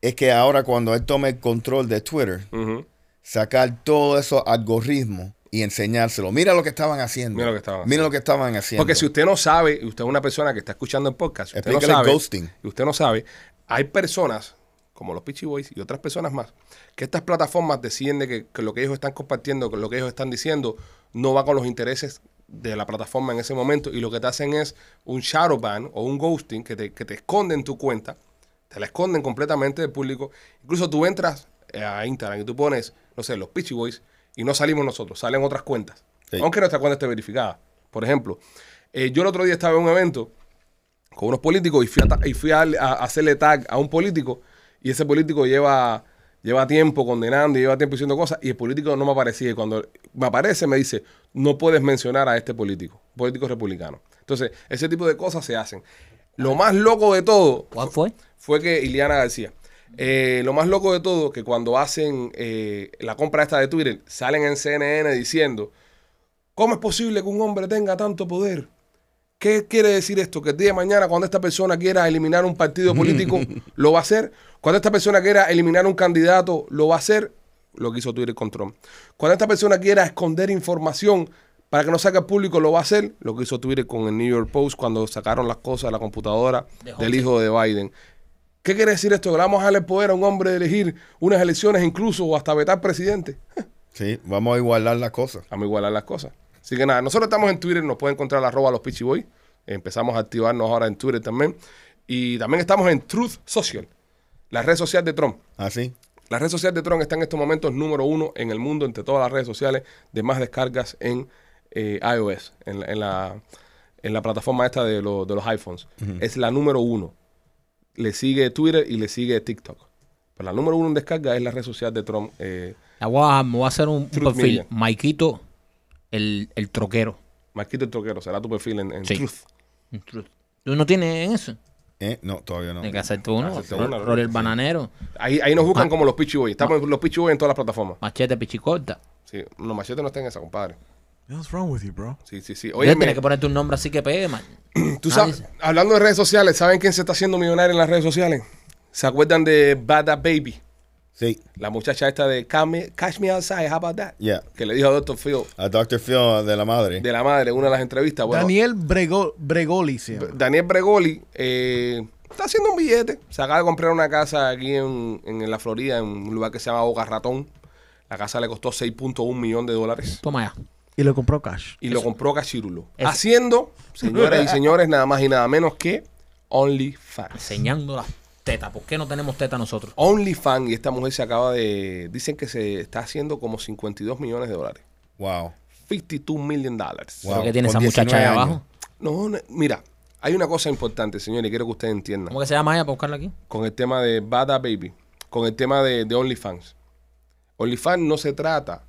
S4: es que ahora cuando él tome el control de Twitter,
S1: Ujú.
S4: sacar todos esos algoritmos y enseñárselo. Mira lo que estaban haciendo.
S1: Mira lo que estaban
S4: Mira lo que estaban haciendo.
S1: Porque si usted no sabe, y usted es una persona que está escuchando el podcast, si usted no
S4: Explícale
S1: sabe,
S4: ghosting.
S1: y usted no sabe, hay personas como los Pitchy Boys y otras personas más, que estas plataformas deciden de que, que lo que ellos están compartiendo, que lo que ellos están diciendo, no va con los intereses de la plataforma en ese momento y lo que te hacen es un shadow ban o un ghosting que te, que te esconden tu cuenta, te la esconden completamente del público. Incluso tú entras eh, a Instagram y tú pones, no sé, los Pitchy Boys y no salimos nosotros, salen otras cuentas.
S4: Sí.
S1: Aunque nuestra cuenta esté verificada. Por ejemplo, eh, yo el otro día estaba en un evento con unos políticos y fui a, ta- y fui a, a- a hacerle tag a un político y ese político lleva, lleva tiempo condenando y lleva tiempo diciendo cosas y el político no me aparecía. Y cuando me aparece me dice, no puedes mencionar a este político, político republicano. Entonces, ese tipo de cosas se hacen. Lo más loco de todo
S6: ¿Cuál fue?
S1: fue que Ileana García. eh, lo más loco de todo, que cuando hacen eh, la compra esta de Twitter, salen en CNN diciendo, ¿Cómo es posible que un hombre tenga tanto poder? ¿Qué quiere decir esto? Que el día de mañana, cuando esta persona quiera eliminar un partido político, lo va a hacer. Cuando esta persona quiera eliminar un candidato, lo va a hacer. Lo que hizo Twitter con Trump. Cuando esta persona quiera esconder información para que no saque al público, lo va a hacer. Lo que hizo Twitter con el New York Post cuando sacaron las cosas de la computadora del hijo de Biden. ¿Qué quiere decir esto? ¿Que le vamos a darle el poder a un hombre de elegir unas elecciones incluso o hasta vetar presidente?
S4: Sí, vamos a igualar las cosas.
S1: Vamos a igualar las cosas. Así que nada, nosotros estamos en Twitter, nos pueden encontrar arroba los Peachy Boy. Empezamos a activarnos ahora en Twitter también. Y también estamos en Truth Social, la red social de Trump.
S4: Así.
S1: La red social de Tron está en estos momentos número uno en el mundo entre todas las redes sociales de más descargas en eh, iOS, en la, en, la, en la plataforma esta de, lo- de los iPhones. Es la número uno. Le sigue Twitter y le sigue TikTok. Pero la número uno en descarga es la red social de Tron. Eh,
S6: La voy a- me voy a hacer un, un
S1: Truth
S6: perfil.
S1: Media.
S6: Maikito, el, el troquero.
S1: Marquito el Troquero, será tu perfil en, en
S6: Sí.
S1: Truth.
S6: ¿Tú no tienes eso?
S4: Eh, No, todavía no.
S6: Tienes que hacerte uno.
S1: Hacerte uno,
S6: Rol el bananero.
S1: Ahí, ahí nos buscan como los Pichi Boys. Estamos en los Pichi Boys en todas las plataformas.
S6: Machete pichicorta.
S1: Sí, los machetes no están en esa, compadre.
S3: What's wrong with you, bro?
S1: Sí, sí, sí.
S6: Oye,
S1: Oye,
S6: tienes que ponerte un nombre así que pegue, man.
S1: Tú sabes, hablando de redes sociales, ¿saben quién se está haciendo millonario en las redes sociales? ¿Se acuerdan de Bada Baby?
S4: Sí.
S1: La muchacha esta de Come- Catch Me, Outside, how about that?
S4: Yeah.
S1: Que le dijo a Dr. Phil
S4: A Dr. Phil uh, de la madre.
S1: de la madre en una de las entrevistas. Bueno,
S3: Daniel Brego- Bregoli se llama.
S1: Daniel Bregoli eh, está haciendo un billete. Se acaba de comprar una casa aquí en, en la Florida, en un lugar que se llama Boca Ratón. La casa le costó 6.1 millones de dólares.
S6: Toma ya.
S3: Y lo compró cash.
S1: Y lo compró Cachirulo.
S6: Eso.
S1: Haciendo, señoras y señores, nada más y nada menos que OnlyFans.
S6: Enseñando las tetas. ¿Por qué no tenemos teta nosotros?
S1: OnlyFans y esta mujer se acaba de. Dicen que se está haciendo como 52 millones de dólares.
S4: Wow.
S1: 52 million dólares.
S4: Wow.
S6: ¿Por qué tiene
S4: Con
S6: esa muchacha
S4: 19
S6: ahí
S4: años.
S6: abajo?
S1: No, no, mira, hay una cosa importante, señores, y quiero que ustedes entiendan.
S6: ¿Cómo que se llama ella para buscarla aquí?
S1: Con el tema de Bada Baby, con el tema de, de OnlyFans. OnlyFans no se trata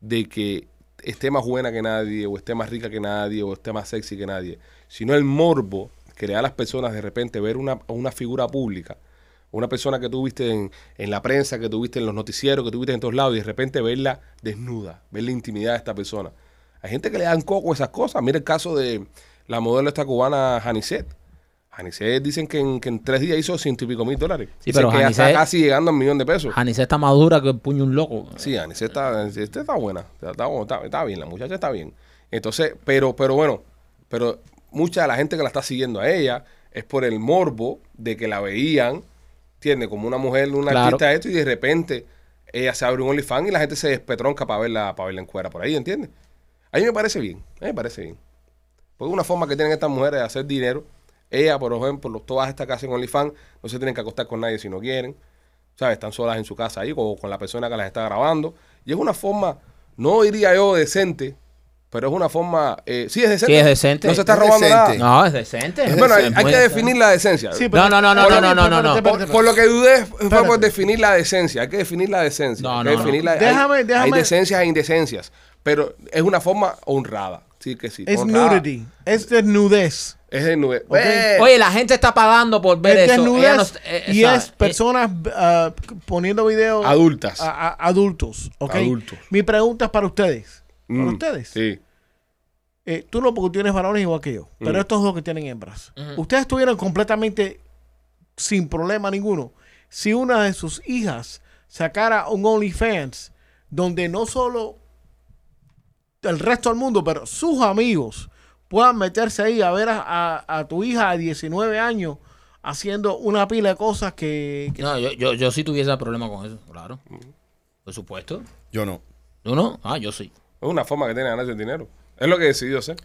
S1: de que esté más buena que nadie, o esté más rica que nadie, o esté más sexy que nadie, sino el morbo que le da a las personas de repente ver una, una figura pública, una persona que tuviste en, en la prensa, que tuviste en los noticieros, que tuviste en todos lados, y de repente verla desnuda, ver la intimidad de esta persona. Hay gente que le dan coco a esas cosas. Mira el caso de la modelo esta cubana Janicet. Janicet dicen que en, que en tres días hizo ciento y pico mil dólares.
S6: Sí,
S1: Dicen
S6: pero
S1: que ya está
S6: Janicet-
S1: casi llegando a un millón de pesos.
S6: Janice está más dura que el puño de un loco.
S1: Sí, Anis está, esta está buena. Está, está bu- está- está bien, la muchacha está bien. Entonces, pero, pero bueno, pero mucha de la gente que la está siguiendo a ella es por el morbo de que la veían, tiene como una mujer, una
S6: Claro.
S1: artista esto, y de repente ella se abre un OnlyFans y la gente se despetronca para verla, para verla en cuera por ahí, ¿entiendes? A mí me parece bien, a mí me parece bien. Porque una forma que tienen estas mujeres de hacer dinero, ella, por ejemplo, todas estas que hacen OnlyFans, no se tienen que acostar con nadie si no quieren. ¿Sabes? Están solas en su casa ahí o con la persona que las está grabando. Y es una forma, no diría yo decente, pero es una forma. eh, sí, es decente.
S6: Sí, es decente.
S1: No se está
S4: Es
S1: robando nada.
S4: decente.
S6: No, es decente.
S1: Bueno, hay,
S6: Es
S1: hay
S6: muy
S1: que
S6: decente.
S1: definir la decencia.
S3: Sí,
S6: No, no, no, no, no, no, no, no.
S3: Espérate,
S1: por,
S3: espérate,
S1: por lo que dudé fue por
S3: Espérate.
S1: definir la decencia. Hay que definir la decencia. hay
S6: No, no,
S1: que
S6: no.
S1: definir la- hay-
S3: Déjame-
S1: Hay
S3: déjame-
S1: decencias e indecencias. Pero es una forma honrada. Sí, que sí.
S3: Es
S1: honrada.
S3: nudity. Es desnudez.
S1: Es de nube.
S3: Ok.
S1: Eh,
S6: Oye, la gente está pagando por ver
S3: es
S1: Este
S6: eso. Ella
S3: desnudez.
S6: no está- eh,
S3: y
S6: o sea,
S3: es
S6: eh,
S3: personas ah, poniendo videos
S1: Adultas.
S3: a- a- adultos. ¿ok?
S1: Adultos.
S3: Mi pregunta es para ustedes. Para
S1: Mm,
S3: ustedes.
S1: Sí.
S3: Eh, tú no, porque tienes varones igual que yo. Pero
S1: Mm.
S3: estos dos que tienen hembras.
S6: Ujú.
S3: Ustedes estuvieron completamente sin problema ninguno. Si una de sus hijas sacara un OnlyFans donde no solo el resto del mundo, pero sus amigos puedan meterse ahí a ver a, a- a tu hija de 19 años haciendo una pila de cosas que... que-
S6: No, yo, yo, yo sí tuviese problema con eso, claro.
S1: Mm.
S6: Por supuesto.
S4: Yo no.
S6: ¿Tú no? Ah, yo sí.
S1: Es una forma que tiene de ganarse el dinero. Es lo que decidió hacer.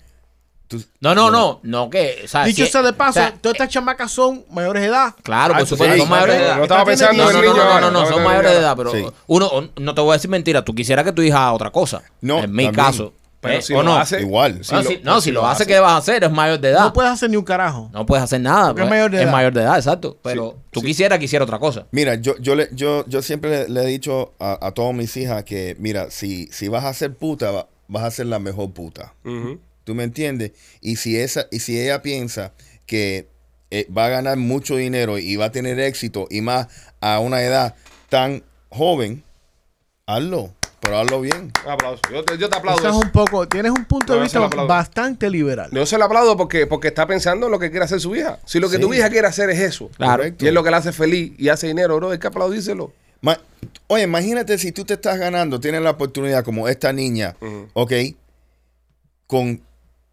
S4: Tú-
S6: No, no, no. No, que. O sea,
S3: Dicho
S6: si-
S3: sea de paso,
S6: Ah, o sea, eh,
S3: todas estas chamacas son mayores de edad.
S6: Claro, por
S1: Ah,
S6: supuesto,
S1: sí,
S6: son mayores de edad.
S1: No estaba
S3: Está
S1: pensando
S6: No,
S1: en
S6: no,
S1: el
S6: no,
S1: niño.
S6: no,
S1: ahora,
S6: no, no,
S1: estaba pensando
S6: son
S1: en
S6: mayores de
S1: el niño
S6: edad, pero
S4: Sí.
S6: uno, un- no te voy a decir mentira, tú quisieras que tu hija haga otra cosa.
S4: No,
S6: en mi
S4: también.
S6: caso.
S1: Pero
S6: ¿eh?
S1: si
S6: ¿O
S1: lo
S6: no?
S1: hace-
S4: Igual.
S1: Sí.
S6: no,
S1: si
S6: si,
S1: lo-
S6: no, si lo hace, ¿qué vas a hacer? Es mayor de edad.
S3: No puedes hacer ni un carajo.
S6: No puedes hacer nada.
S3: Porque
S6: pues,
S3: es mayor de edad.
S6: exacto. Pero tú quisieras que hiciera otra cosa.
S4: Mira, yo, yo, le, yo, yo siempre le, le he dicho a, a todas mis hijas que, mira, si, si vas a ser puta, va- vas a ser la mejor puta.
S1: Ujú.
S4: ¿Tú me entiendes? Y si, esa, y si ella piensa que eh, va a ganar mucho dinero y va a tener éxito y más a una edad tan joven, hazlo. pero hazlo bien.
S1: Un aplauso. Yo te, yo te aplaudo.
S3: Eso es un poco, tienes un punto
S1: No,
S3: de
S1: eso lo
S3: vista
S1: aplaudo.
S3: bastante liberal.
S1: Yo se lo aplaudo porque, porque está pensando en lo que quiere hacer su hija. Si lo que
S4: Sí.
S1: tu hija quiere hacer es eso,
S4: Claro.
S1: y es lo que la hace feliz y hace dinero, bro, hay que aplaudírselo.
S4: Ma- Oye, imagínate si tú te estás ganando, tienes la oportunidad como esta niña, ¿ok? Con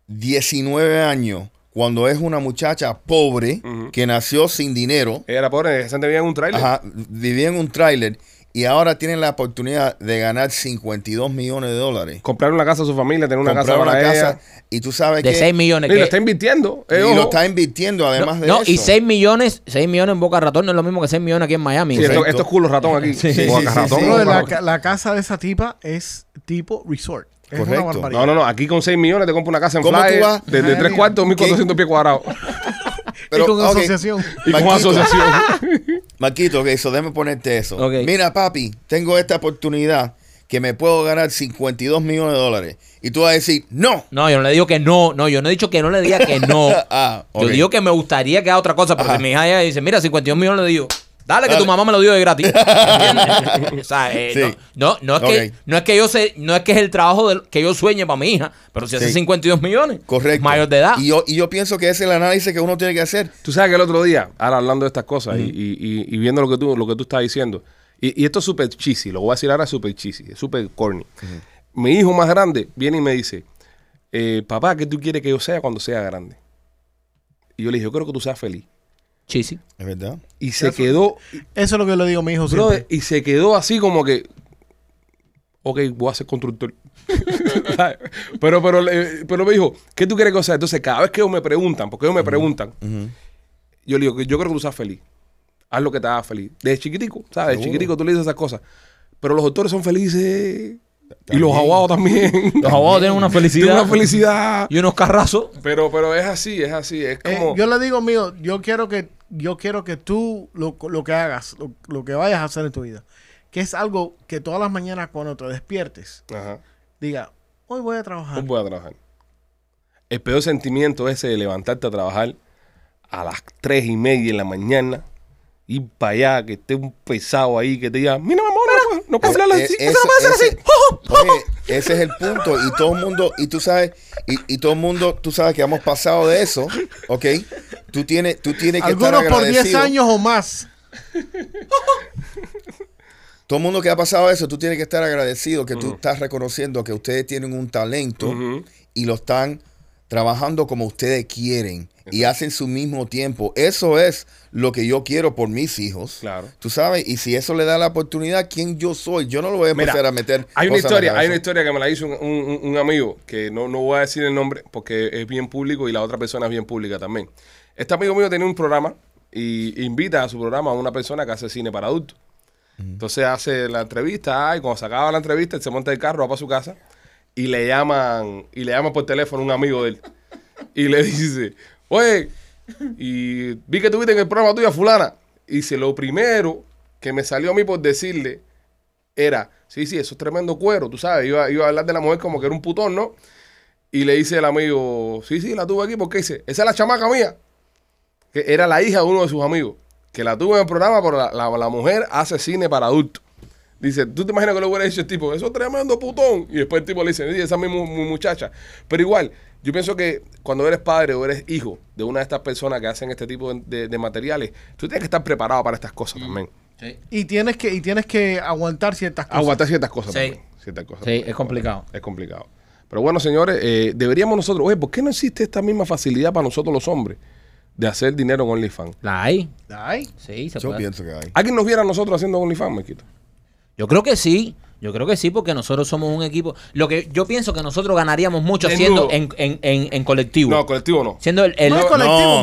S4: 19 años, cuando es una muchacha pobre que nació sin dinero,
S1: Ella era pobre, se te veía en un trailer.
S4: ajá, vivía en un tráiler y ahora tiene la oportunidad de ganar 52 millones de dólares.
S1: Comprar una casa a su familia, tener una
S4: Comprar
S1: casa
S4: una
S1: para ella.
S4: casa y tú sabes
S6: De
S4: que
S6: 6 millones.
S1: Y
S6: que-
S1: lo está invirtiendo.
S4: y
S1: eh,
S4: lo
S1: ojo.
S4: está invirtiendo además
S6: no,
S4: de
S6: no,
S4: eso.
S6: y 6 millones, 6 millones en Boca Ratón no es lo mismo que 6 millones aquí en Miami.
S1: Sí, esto,
S4: Correcto.
S1: esto es culo ratón aquí.
S4: Sí, sí,
S1: Guaca
S4: sí,
S1: ratón,
S4: sí.
S3: Bro,
S1: guaca
S3: la,
S1: ratón.
S3: ca- la casa de esa tipa es tipo resort. Es
S4: Correcto.
S3: una barbaridad.
S1: No, no, no. Aquí con 6 millones te compro una casa en
S4: ¿Cómo tú
S1: Flyer
S4: vas?
S1: de, de 3
S3: Ay,
S1: cuartos, 1400 pies
S4: (laughs)
S1: cuadrados.
S4: Pero,
S3: y con
S4: ok,
S3: asociación.
S1: Y con
S4: Marquito. (laughs)
S1: asociación.
S4: Maquito, ok, so déjame ponerte eso.
S6: Ok.
S4: Mira, papi, tengo esta oportunidad que me puedo ganar 52 millones de dólares. Y tú vas a decir, no.
S6: No, yo no le digo que no, no, yo no he dicho que no le diga que no.
S4: (laughs) Ah, ok.
S6: Yo digo que me gustaría que haga otra cosa, pero
S4: Ajá.
S6: si mi hija ya dice, mira, 51 millones le digo, dale que
S4: Dale.
S6: tu mamá me lo dio
S4: (laughs)
S6: de gratis. ¿Entiendes? o sea, eh,
S4: Sí.
S6: no, no, no es
S4: Ok.
S6: que, no es que yo sé, no es que es el trabajo del- que yo sueñe para mi hija, pero si hace
S4: Sí.
S6: 52 millones,
S4: Correcto.
S6: mayor de edad.
S4: Y yo, y yo pienso que ese es el análisis que uno tiene que hacer.
S1: Tú sabes que el otro día, ahora hablando de estas cosas y- y, y- y viendo lo que tú, lo que tú estás diciendo, y, y esto es súper cheesy, lo voy a decir ahora súper cheesy, es súper corny. Mi hijo más grande viene y me dice, eh, papá, ¿qué tú quieres que yo sea cuando sea grande? Y yo le dije, yo creo que tú seas feliz.
S6: Chisi.
S4: Es verdad.
S1: Y se quedó,
S3: Eso es lo que yo le digo a mi hijo
S1: brother,
S3: siempre.
S1: y se quedó así como que, ok, voy a ser constructor. (laughs) ¿Sabes? pero, pero, le- pero me dijo, ¿qué tú quieres que yo sea? Entonces, cada vez que ellos me preguntan, porque ellos me preguntan,
S4: Ujú.
S1: yo le digo, que yo creo que tú seas feliz. Haz lo que te haga feliz. Desde chiquitico, ¿sabes? De
S4: Seguro.
S1: chiquitico tú le dices esas cosas. Pero los doctores son felices. Y los
S4: También.
S1: abogados también.
S6: Los abogados tienen una
S1: Tienen
S6: felicidad.
S1: una felicidad.
S6: Y unos carrazos.
S1: Pero, pero es así, es así. Es
S3: Eh,
S1: como...
S3: yo le digo, mío, yo quiero que, yo quiero que tú lo, lo que hagas, lo, lo que vayas a hacer en tu vida, que es algo que todas las mañanas cuando te despiertes,
S1: Ajá.
S3: diga, hoy voy a trabajar.
S1: No Pues voy a trabajar. El peor sentimiento ese de levantarte a trabajar a las tres y media de la mañana, ir para allá, que esté un pesado ahí, que te diga, mira mamá, no, puedo- no puedo hablar
S4: Eh,
S1: así.
S4: eh,
S1: Eso no puede ser así. ¡Oh,
S4: ese- Oye, ese es el punto. Y todo el mundo, y tú sabes, y, y todo el mundo, tú sabes que hemos pasado de eso, ¿ok? Tú tienes, tú tienes que
S3: Algunos
S4: estar
S3: por 10
S4: agradecido.
S3: años o más.
S4: Todo el mundo que ha pasado eso, tú tienes que estar agradecido que tú estás reconociendo que ustedes tienen un talento
S1: Ujú.
S4: y lo están trabajando como ustedes quieren y hacen su mismo tiempo. Eso es lo que yo quiero por mis hijos.
S1: Claro.
S4: Tú sabes, y si eso le da la oportunidad, ¿quién yo soy? Yo no lo voy a
S1: Mira,
S4: empezar a meter.
S1: Hay una
S4: cosas en la
S1: historia, hay
S4: cabeza.
S1: una historia que me la hizo un, un- un amigo, que no, no voy a decir el nombre porque es bien público y la otra persona es bien pública también. Este amigo mío tiene un programa y invita a su programa a una persona que hace cine para adultos. Entonces hace la entrevista ah, y cuando se acaba la entrevista, él se monta el carro, va para su casa y le llaman, y le llama por teléfono un amigo de él y le (laughs) dice, oye, y vi que tuviste en el programa tuyo a fulana. Y dice, lo primero que me salió a mí por decirle era, sí, sí, eso es tremendo cuero, tú sabes, iba, iba a hablar de la mujer como que era un putón, ¿no? Y le dice el amigo, sí, sí, la tuve aquí, porque dice, esa es la chamaca mía, que era la hija de uno de sus amigos, que la tuvo en el programa, pero la, la- la mujer hace cine para adultos. Dice, ¿tú te imaginas que lo hubiera dicho el tipo? Eso es tremendo putón. Y después el tipo le dice, sí, esa es mi, mu- mu- muchacha. Pero igual, yo pienso que cuando eres padre o eres hijo de una de estas personas que hacen este tipo de, de- de materiales, tú tienes que estar preparado para estas
S6: Mm.
S1: cosas también.
S3: Y tienes que, y tienes que aguantar ciertas cosas.
S1: Aguantar ciertas cosas
S6: Sí.
S1: también. Ciertas cosas
S6: Sí,
S1: también.
S6: es complicado.
S1: Es complicado. Pero bueno, señores, eh, deberíamos nosotros, oye, ¿por qué no existe esta misma facilidad para nosotros los hombres de hacer dinero con OnlyFans?
S6: La hay.
S3: Ay,
S6: Sí, se
S4: Yo
S6: puede.
S4: pienso que hay.
S1: ¿Alguien nos viera a nosotros haciendo OnlyFans, Mequito?
S6: Yo creo que sí. Yo creo que sí, porque nosotros somos un equipo. Lo que yo pienso que nosotros ganaríamos mucho
S1: Desnudo.
S6: haciendo en, en, en, en colectivo.
S1: No, colectivo no.
S6: siendo el, el-
S3: no es colectivo.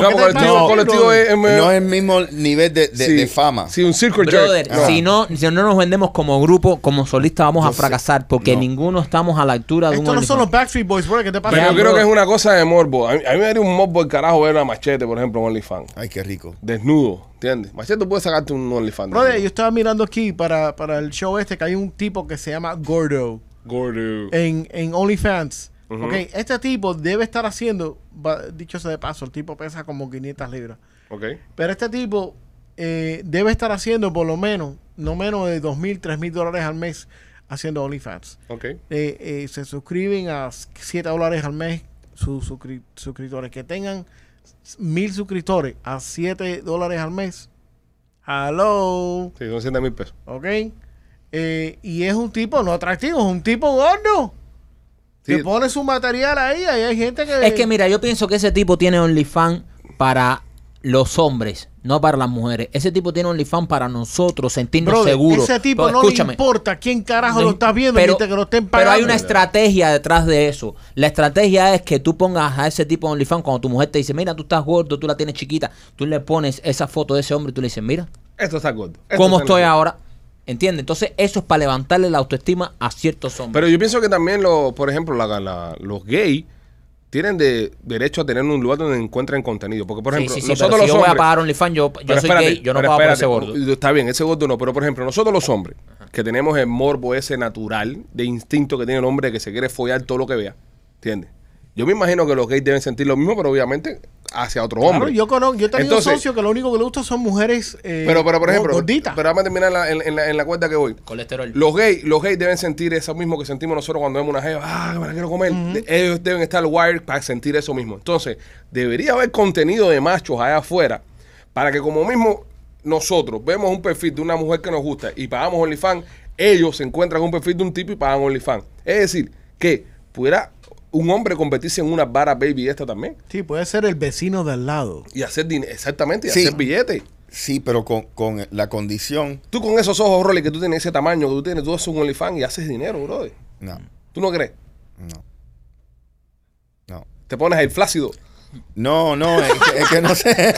S1: No,
S3: ¿qué te
S1: colectivo,
S3: pasa,
S1: colectivo
S3: brother?
S1: es... es-
S4: No es el mismo nivel de, de-
S1: sí,
S4: de fama.
S1: Sí, un circle
S6: brother,
S1: jerk. Ajá.
S6: si no, si no nos vendemos como grupo, como solista, vamos a fracasar, porque
S4: No.
S6: ninguno estamos a la altura de un
S3: Estos no son
S6: OnlyFans.
S3: los Backstreet Boys, bro. ¿Qué te pasa?
S1: Pero yo
S6: Ya,
S1: creo
S6: bro.
S1: que es una cosa de morbo. A mí, a mí me haría un morbo el carajo ver a Machete, por ejemplo, en OnlyFans.
S4: Ay, qué rico.
S1: Desnudo, ¿entiendes? Machete puede sacarte un OnlyFans.
S3: Brother, yo
S1: desnudo.
S3: estaba mirando aquí para, para el show este que hay un tipo que se llama Gordo
S1: Gordo.
S3: en, en OnlyFans.
S1: Ujú.
S3: Ok, este tipo debe estar haciendo, va- dicho sea de paso, el tipo pesa como 500 libras.
S1: Ok.
S3: Pero este tipo eh, debe estar haciendo por lo menos, no menos de 2.000, 3.000 dólares al mes haciendo OnlyFans.
S1: Ok.
S3: Eh, eh, se suscriben a 7 dólares al mes sus suscri- suscriptores. Que tengan mil suscriptores a 7 dólares al mes. Hello.
S1: Sí, son 100 mil pesos.
S3: ¿Ok? Eh, y es un tipo no atractivo, es un tipo gordo.
S1: Sí.
S3: Que pone su material ahí, ahí hay gente que...
S6: Es que mira, yo pienso que ese tipo tiene OnlyFans para los hombres, no para las mujeres. Ese tipo tiene OnlyFans para nosotros sentirnos
S3: Brother,
S6: seguros.
S3: ese tipo
S6: Pero
S3: no le importa quién carajo lo está viendo
S6: pero,
S3: mientras que lo estén
S6: pero
S3: pagando.
S6: hay una estrategia detrás de eso. La estrategia es que tú pongas a ese tipo de OnlyFans cuando tu mujer te dice, mira, tú estás gordo, tú la tienes chiquita. Tú le pones esa foto de ese hombre y tú le dices, mira,
S1: Esto está gordo. Esto
S6: cómo
S1: está
S6: estoy
S1: negro.
S6: ahora. ¿Entiendes? Entonces eso es para levantarle la autoestima a ciertos hombres.
S1: Pero yo pienso que también, los, por ejemplo, la- la- los gays tienen de derecho a tener un lugar donde encuentren contenido. Porque, por
S6: Sí,
S1: ejemplo,
S6: sí, sí,
S1: nosotros
S6: pero
S1: los
S6: si yo voy a
S1: hombres...
S6: pagar OnlyFans, yo, yo
S1: Pero
S6: soy
S1: espérate,
S6: gay, yo no
S1: pero
S6: pago por ese
S1: espérate.
S6: gordo.
S1: Está bien, ese gordo no, pero por ejemplo, nosotros los hombres, que tenemos el morbo ese natural de instinto que tiene el hombre que se quiere follar todo lo que vea, ¿entiendes? Yo me imagino que los gays deben sentir lo mismo, pero obviamente hacia otro
S3: Claro,
S1: hombre.
S3: yo conozco, yo he tenido
S1: Entonces-
S3: socios que lo único que le gusta son mujeres eh,
S1: pero, pero por ejemplo,
S3: gorditas.
S1: pero vamos a terminar en la, en- en la- en la cuerda que voy.
S6: Colesterol.
S1: Los gays, los gays deben sentir eso mismo que sentimos nosotros cuando vemos una jeva, ah, que me la quiero comer. De- Ellos deben estar wired para sentir eso mismo. Entonces, debería haber contenido de machos allá afuera para que como mismo nosotros vemos un perfil de una mujer que nos gusta y pagamos OnlyFans, ellos se encuentran un perfil de un tipo y pagan OnlyFans. Es decir, que pudiera un hombre competirse en una vara baby esta también
S3: Sí, puede ser el vecino de al lado.
S1: y hacer dinero, exactamente, y
S4: Sí.
S1: hacer billetes.
S4: Sí, pero con, con la condición.
S1: Tú con esos ojos, Rolly, que tú tienes ese tamaño que tú tienes, tú haces un OnlyFans y haces dinero, brother.
S4: No,
S1: ¿Tú no crees?
S4: no. No.
S1: Te pones el flácido.
S4: No, no, es que, es que
S1: (laughs)
S4: no sé.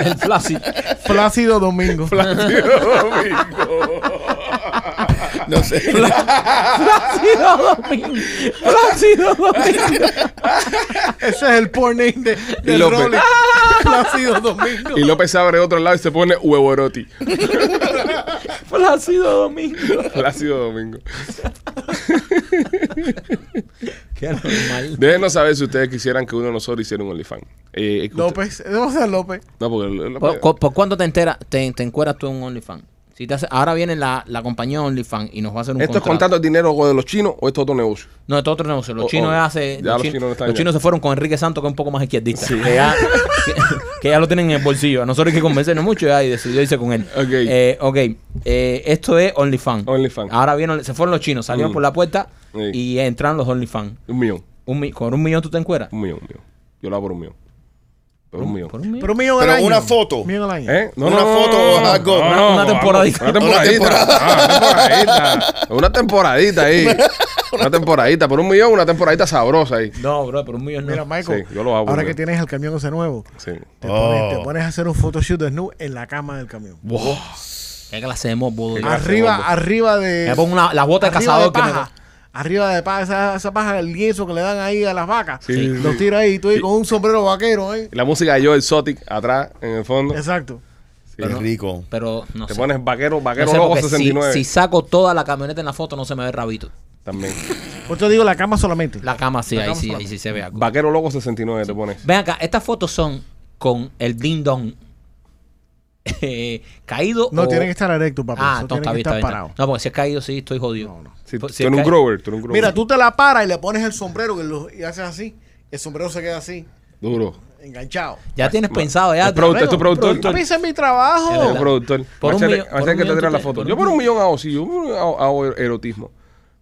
S6: El flácido.
S3: Plácido Domingo.
S4: No sé.
S6: Plácido Domingo. Plácido Domingo.
S3: Ese es el porn name de, del
S1: López.
S3: Rolling. Plácido Domingo.
S1: (laughs) Y López abre otro lado y se pone
S6: (laughs)
S1: huevoroti.
S6: Plácido Domingo.
S1: Plácido Domingo.
S6: (laughs) Qué normal.
S1: Déjenos saber si ustedes quisieran que uno de nosotros hiciera un OnlyFans. Eh, es que usted-
S3: López. Vamos a ser López.
S1: No, porque el- el-
S6: ¿Por, cu- por cuánto te enteras, te, te encueras tú en OnlyFans? Si te hace- ahora viene la, la compañía OnlyFans y nos va a hacer un
S1: ¿Esto es
S6: contrato.
S1: contando el dinero de los chinos o esto es otro negocio?
S6: No, esto es otro negocio. Los
S1: Oh,
S6: chinos
S1: oh.
S6: hace.
S1: Ya
S6: Los,
S1: los
S6: chinos,
S1: chinos no están
S6: los
S1: allá.
S6: chinos se fueron con Enrique Santos, que es un poco más izquierdista. Que, ya, que, que ya lo tienen en el bolsillo. A nosotros hay que convencernos mucho ya, y decidió irse con él.
S1: Ok.
S6: Eh, ok. Eh, esto es OnlyFans.
S1: OnlyFans.
S6: Ahora vieron, se fueron los chinos, salieron
S1: Mm.
S6: por la puerta
S1: Sí.
S6: y entraron los OnlyFans.
S1: Un millón.
S6: Un mi- ¿Con un millón tú te encueras?
S1: Un millón, un millón. Yo lo hago por un millón. Por un millón.
S6: ¿Por un millón?
S3: Pero un millón al
S4: Pero
S3: año.
S4: una foto.
S3: Un millón al año.
S1: ¿Eh?
S4: Una foto o algo.
S6: Una- una
S1: algo,
S6: temporadita.
S1: Una temporadita.
S4: Una
S1: Ah, Una temporadita. Una temporadita ahí. Una temporadita. Por un millón, una temporadita sabrosa ahí.
S6: No, bro, por un millón no.
S3: Mira, Michael,
S1: Sí, yo lo hago,
S3: ahora
S1: yo.
S3: que tienes el camión ese nuevo,
S1: Sí.
S3: te,
S4: Oh.
S3: pones, te pones a hacer un photoshoot desnudo en la cama del camión.
S6: ¿Qué clase de morbo? doy?
S3: Arriba, arriba de...
S6: Me pongo una, las botas de
S3: arriba
S6: cazador que me-
S3: paja. Arriba de paja, esa, esa paja, el lienzo que le dan ahí a las vacas.
S1: Sí, sí,
S3: Lo
S1: sí.
S3: tira ahí, tú ahí con un sombrero vaquero ahí.
S1: La música de Joel Sotic atrás, en el fondo.
S3: Exacto.
S4: Qué rico.
S6: Pero no
S1: Te
S6: sé.
S1: pones vaquero,
S6: No
S1: vaquero
S6: sé,
S1: loco
S6: porque si-
S1: 69.
S6: Si, saco toda la camioneta en la foto, no se me ve el rabito.
S1: También.
S3: Por eso digo la cama solamente.
S6: La cama sí,
S3: La
S6: ahí
S3: cama
S6: sí,
S3: sola.
S6: ahí sí se ve algo.
S1: Vaquero loco 69 te pones.
S6: Ven acá, estas fotos son con el ding dong (laughs) eh, caído.
S3: no,
S6: o-
S3: tiene que estar erecto, papá.
S6: Ah,
S3: Eso
S6: no,
S3: tiene
S6: está
S3: que
S6: bien, está
S3: estar
S6: bien.
S3: parado.
S6: No, porque si es caído, sí, estoy jodido.
S3: No, no.
S1: Sí,
S6: Pues,
S1: tú
S6: si
S1: eres
S6: es
S1: un
S6: ca-
S1: grower, tú eres un grower.
S3: Mira, tú te la paras y le pones el sombrero que lo- y haces así. El sombrero se queda así,
S1: Duro.
S3: enganchado.
S6: Ya tienes pensado, ya.
S1: el producto es tu productor.
S3: Papi, ese es mi
S4: Ah,
S1: Eres
S6: Es verdad.
S3: trabajo.
S1: productor.
S6: Por un
S1: Machete,
S6: millón- por
S1: machete que
S6: un
S1: te tiras
S6: millón tú
S1: la
S6: te-
S1: foto.
S6: por
S1: Yo
S6: un
S1: por un millón hago sí, yo por un millón hago, hago erotismo.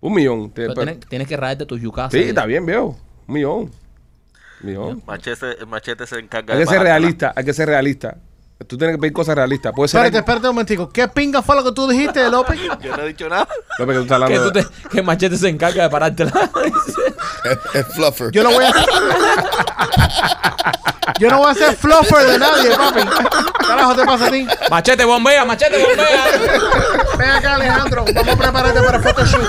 S1: Un millón. Te-
S6: Pero
S1: pero-
S6: tienes, tienes que rajarte tus yucas.
S1: sí, está bien, viejo. Un millón. Un millón.
S5: Machete, machete se encarga
S1: Hay que ser
S5: bajártela.
S1: realista, hay que ser realista. Tú tienes que pedir cosas realistas. Puede ser.
S3: Espérate, espérate un momentico. ¿Qué pinga fue lo que tú dijiste, López?
S5: Yo no he dicho nada.
S1: López, que tú estás
S6: Que,
S1: hablando
S6: tú
S1: de-
S6: te- que Machete se encarga de parártela.
S4: Es, es fluffer.
S3: Yo no voy a Yo no voy a ser fluffer de nadie, papi.
S6: (laughs)
S3: ¿Qué Carajo, te pasa a ti.
S6: (laughs) machete bombea, machete
S1: (laughs)
S6: bombea.
S3: Ven acá, Alejandro. Vamos a prepararte para photoshoot.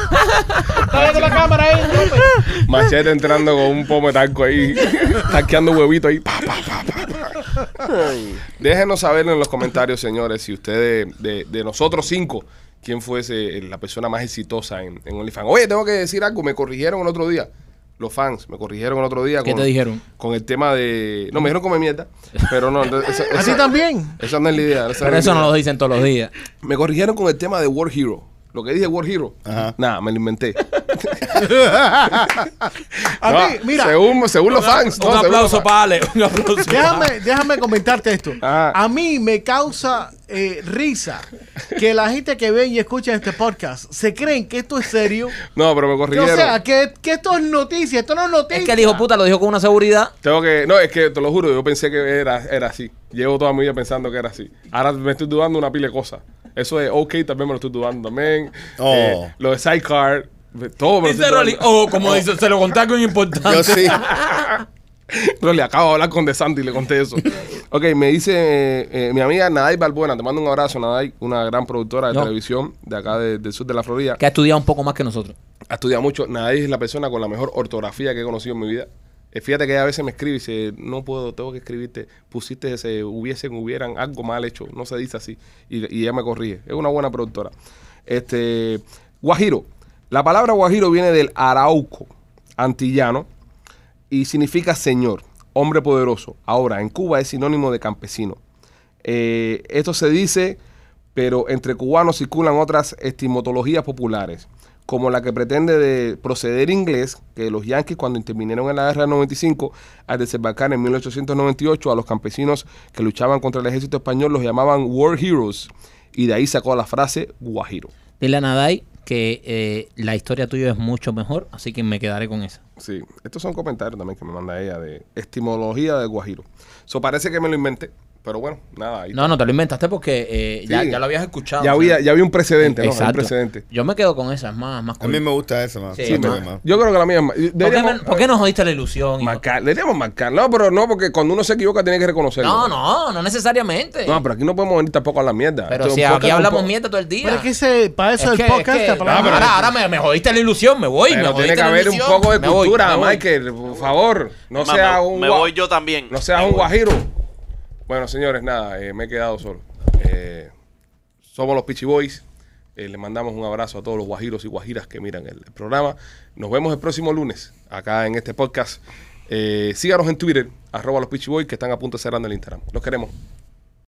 S3: Está viendo la cámara ahí, López.
S1: Machete entrando con un pomo de talco ahí,
S6: (laughs)
S1: tanqueando huevito ahí. pa, pa, pa, pa, pa. Ay. Déjenos saber en los comentarios, señores, si ustedes, de, de nosotros cinco, quién fuese la persona más exitosa en, en OnlyFans. Oye, tengo que decir algo, me corrigieron el otro día. Los fans me corrigieron el otro día.
S6: ¿Qué
S1: con-
S6: te dijeron?
S1: Con el tema de. No, me dijeron come mierda. Pero no, entonces, esa,
S3: ¿A
S1: esa-
S3: ti también?
S1: esa no es la idea. esa
S6: Pero
S1: es
S6: eso
S1: la
S6: no
S1: idea.
S6: lo dicen todos los días.
S1: Me corrigieron con el tema de War Hero. Lo que dije War Hero.
S4: Ajá.
S1: Nada, me lo inventé.
S4: (laughs)
S3: A
S1: No,
S3: mí, mira,
S1: Según, según los fans. no, según
S2: un
S1: los
S2: aplauso
S1: fans.
S2: para Ale. Un aplauso.
S3: déjame, déjame comentarte esto.
S1: Ah.
S3: A mí me causa eh, risa que la gente que ve y escucha este podcast se creen que esto es serio.
S1: No, pero me
S3: Que, o
S1: corrigieron.
S3: sea, que, que esto es noticia, esto no es noticia.
S6: (laughs) Es que el hijo puta lo dijo con una seguridad.
S1: Tengo que. No, es que te lo juro, yo pensé que era, era así. Llevo toda mi vida pensando que era así. Ahora me estoy dudando una pila de cosas. Eso de OK también me lo estoy dudando también.
S4: Oh.
S1: Eh, lo de Sidecar. Todo me lo
S2: Dice
S1: estoy
S2: Rolly, oh,
S1: dudando.
S2: o como dice, se lo conté a alguien
S4: Yo
S2: importante.
S4: sí.
S1: Rolly, acabo de hablar con DeSanti y le conté eso. ok, me dice eh, eh, mi amiga Naday Balbuena. Te mando un abrazo, Naday, una gran productora de
S6: No.
S1: televisión de acá de- del sur de la Florida.
S6: Que ha estudiado un poco más que nosotros.
S1: ha estudiado mucho. Nadie es la persona con la mejor ortografía que he conocido en mi vida. Eh, Fíjate que ella a veces me escribe y dice, no puedo, tengo que escribirte, pusiste ese, hubiesen, hubieran, algo mal hecho, no se dice así. Y, y ella me corrige. Es una buena productora. Este, guajiro. La palabra guajiro viene del arauco antillano y significa señor, hombre poderoso. Ahora, en Cuba es sinónimo de campesino. Eh, esto se dice, pero entre cubanos circulan otras estimotologías populares, como la que pretende de proceder inglés, que los yanquis cuando intervinieron en la guerra del 95, al desembarcar en 1898 a los campesinos que luchaban contra el ejército español, los llamaban war heroes, y de ahí sacó la frase guajiro.
S6: Dile a Nadai que eh, la historia tuya es mucho mejor, así que me quedaré con esa.
S1: Sí, estos son comentarios también que me manda ella de estimología de guajiro. Eso parece que me lo inventé, pero bueno, nada. ahí
S6: No, no, te lo inventaste porque eh, ya,
S1: Sí.
S6: ya lo habías escuchado.
S1: ya
S6: o sea.
S1: había, ya había un precedente, ¿no? Hay Un
S6: Exacto.
S1: precedente.
S6: Yo me quedo con esa, es más, más
S4: A mí
S6: cool.
S4: me gusta eso, más.
S6: Sí,
S1: כן.
S4: Yo creo
S6: ma.
S4: que más.
S1: Yo creo que la mía es ma-
S6: ¿Por, qué me-
S1: deberíamos-
S6: por qué nos jodiste la ilusión? hijo?
S1: Marcar, deberíamos marcar. No, pero no, porque cuando uno se equivoca tiene que reconocerlo.
S6: No, no, no necesariamente.
S1: No, pero aquí no podemos venir tampoco a la mierda.
S6: Pero
S1: Esto es
S6: si
S1: un
S6: aquí
S1: podcast, un
S6: hablamos
S1: po-
S6: mierda todo el día.
S3: Pero es que ese, para eso
S6: Es
S3: el
S6: que-
S3: podcast
S6: es que-
S3: está para la-
S1: pero-
S6: ahora, ahora me, me jodiste la ilusión, me voy. me
S1: Pero
S6: jodiste
S1: tiene que
S6: la
S1: haber un
S6: ilusión.
S1: poco de
S6: Me voy,
S1: cultura,
S6: me voy.
S1: Michael, por favor. No
S5: Mamá,
S1: sea
S5: me-
S1: un
S5: Me
S1: gua-
S5: voy yo también.
S1: No seas
S5: Me
S1: un
S5: voy.
S1: guajiro. Bueno, señores, nada, eh, me he quedado solo. Eh, somos los Pichi Boys. Eh, le mandamos un abrazo a todos los guajiros y guajiras que miran el, el programa. Nos vemos el próximo lunes acá en este podcast. Eh, síganos en Twitter, arroba los Pichi Boys, que están a punto de cerrando el Instagram. Los queremos.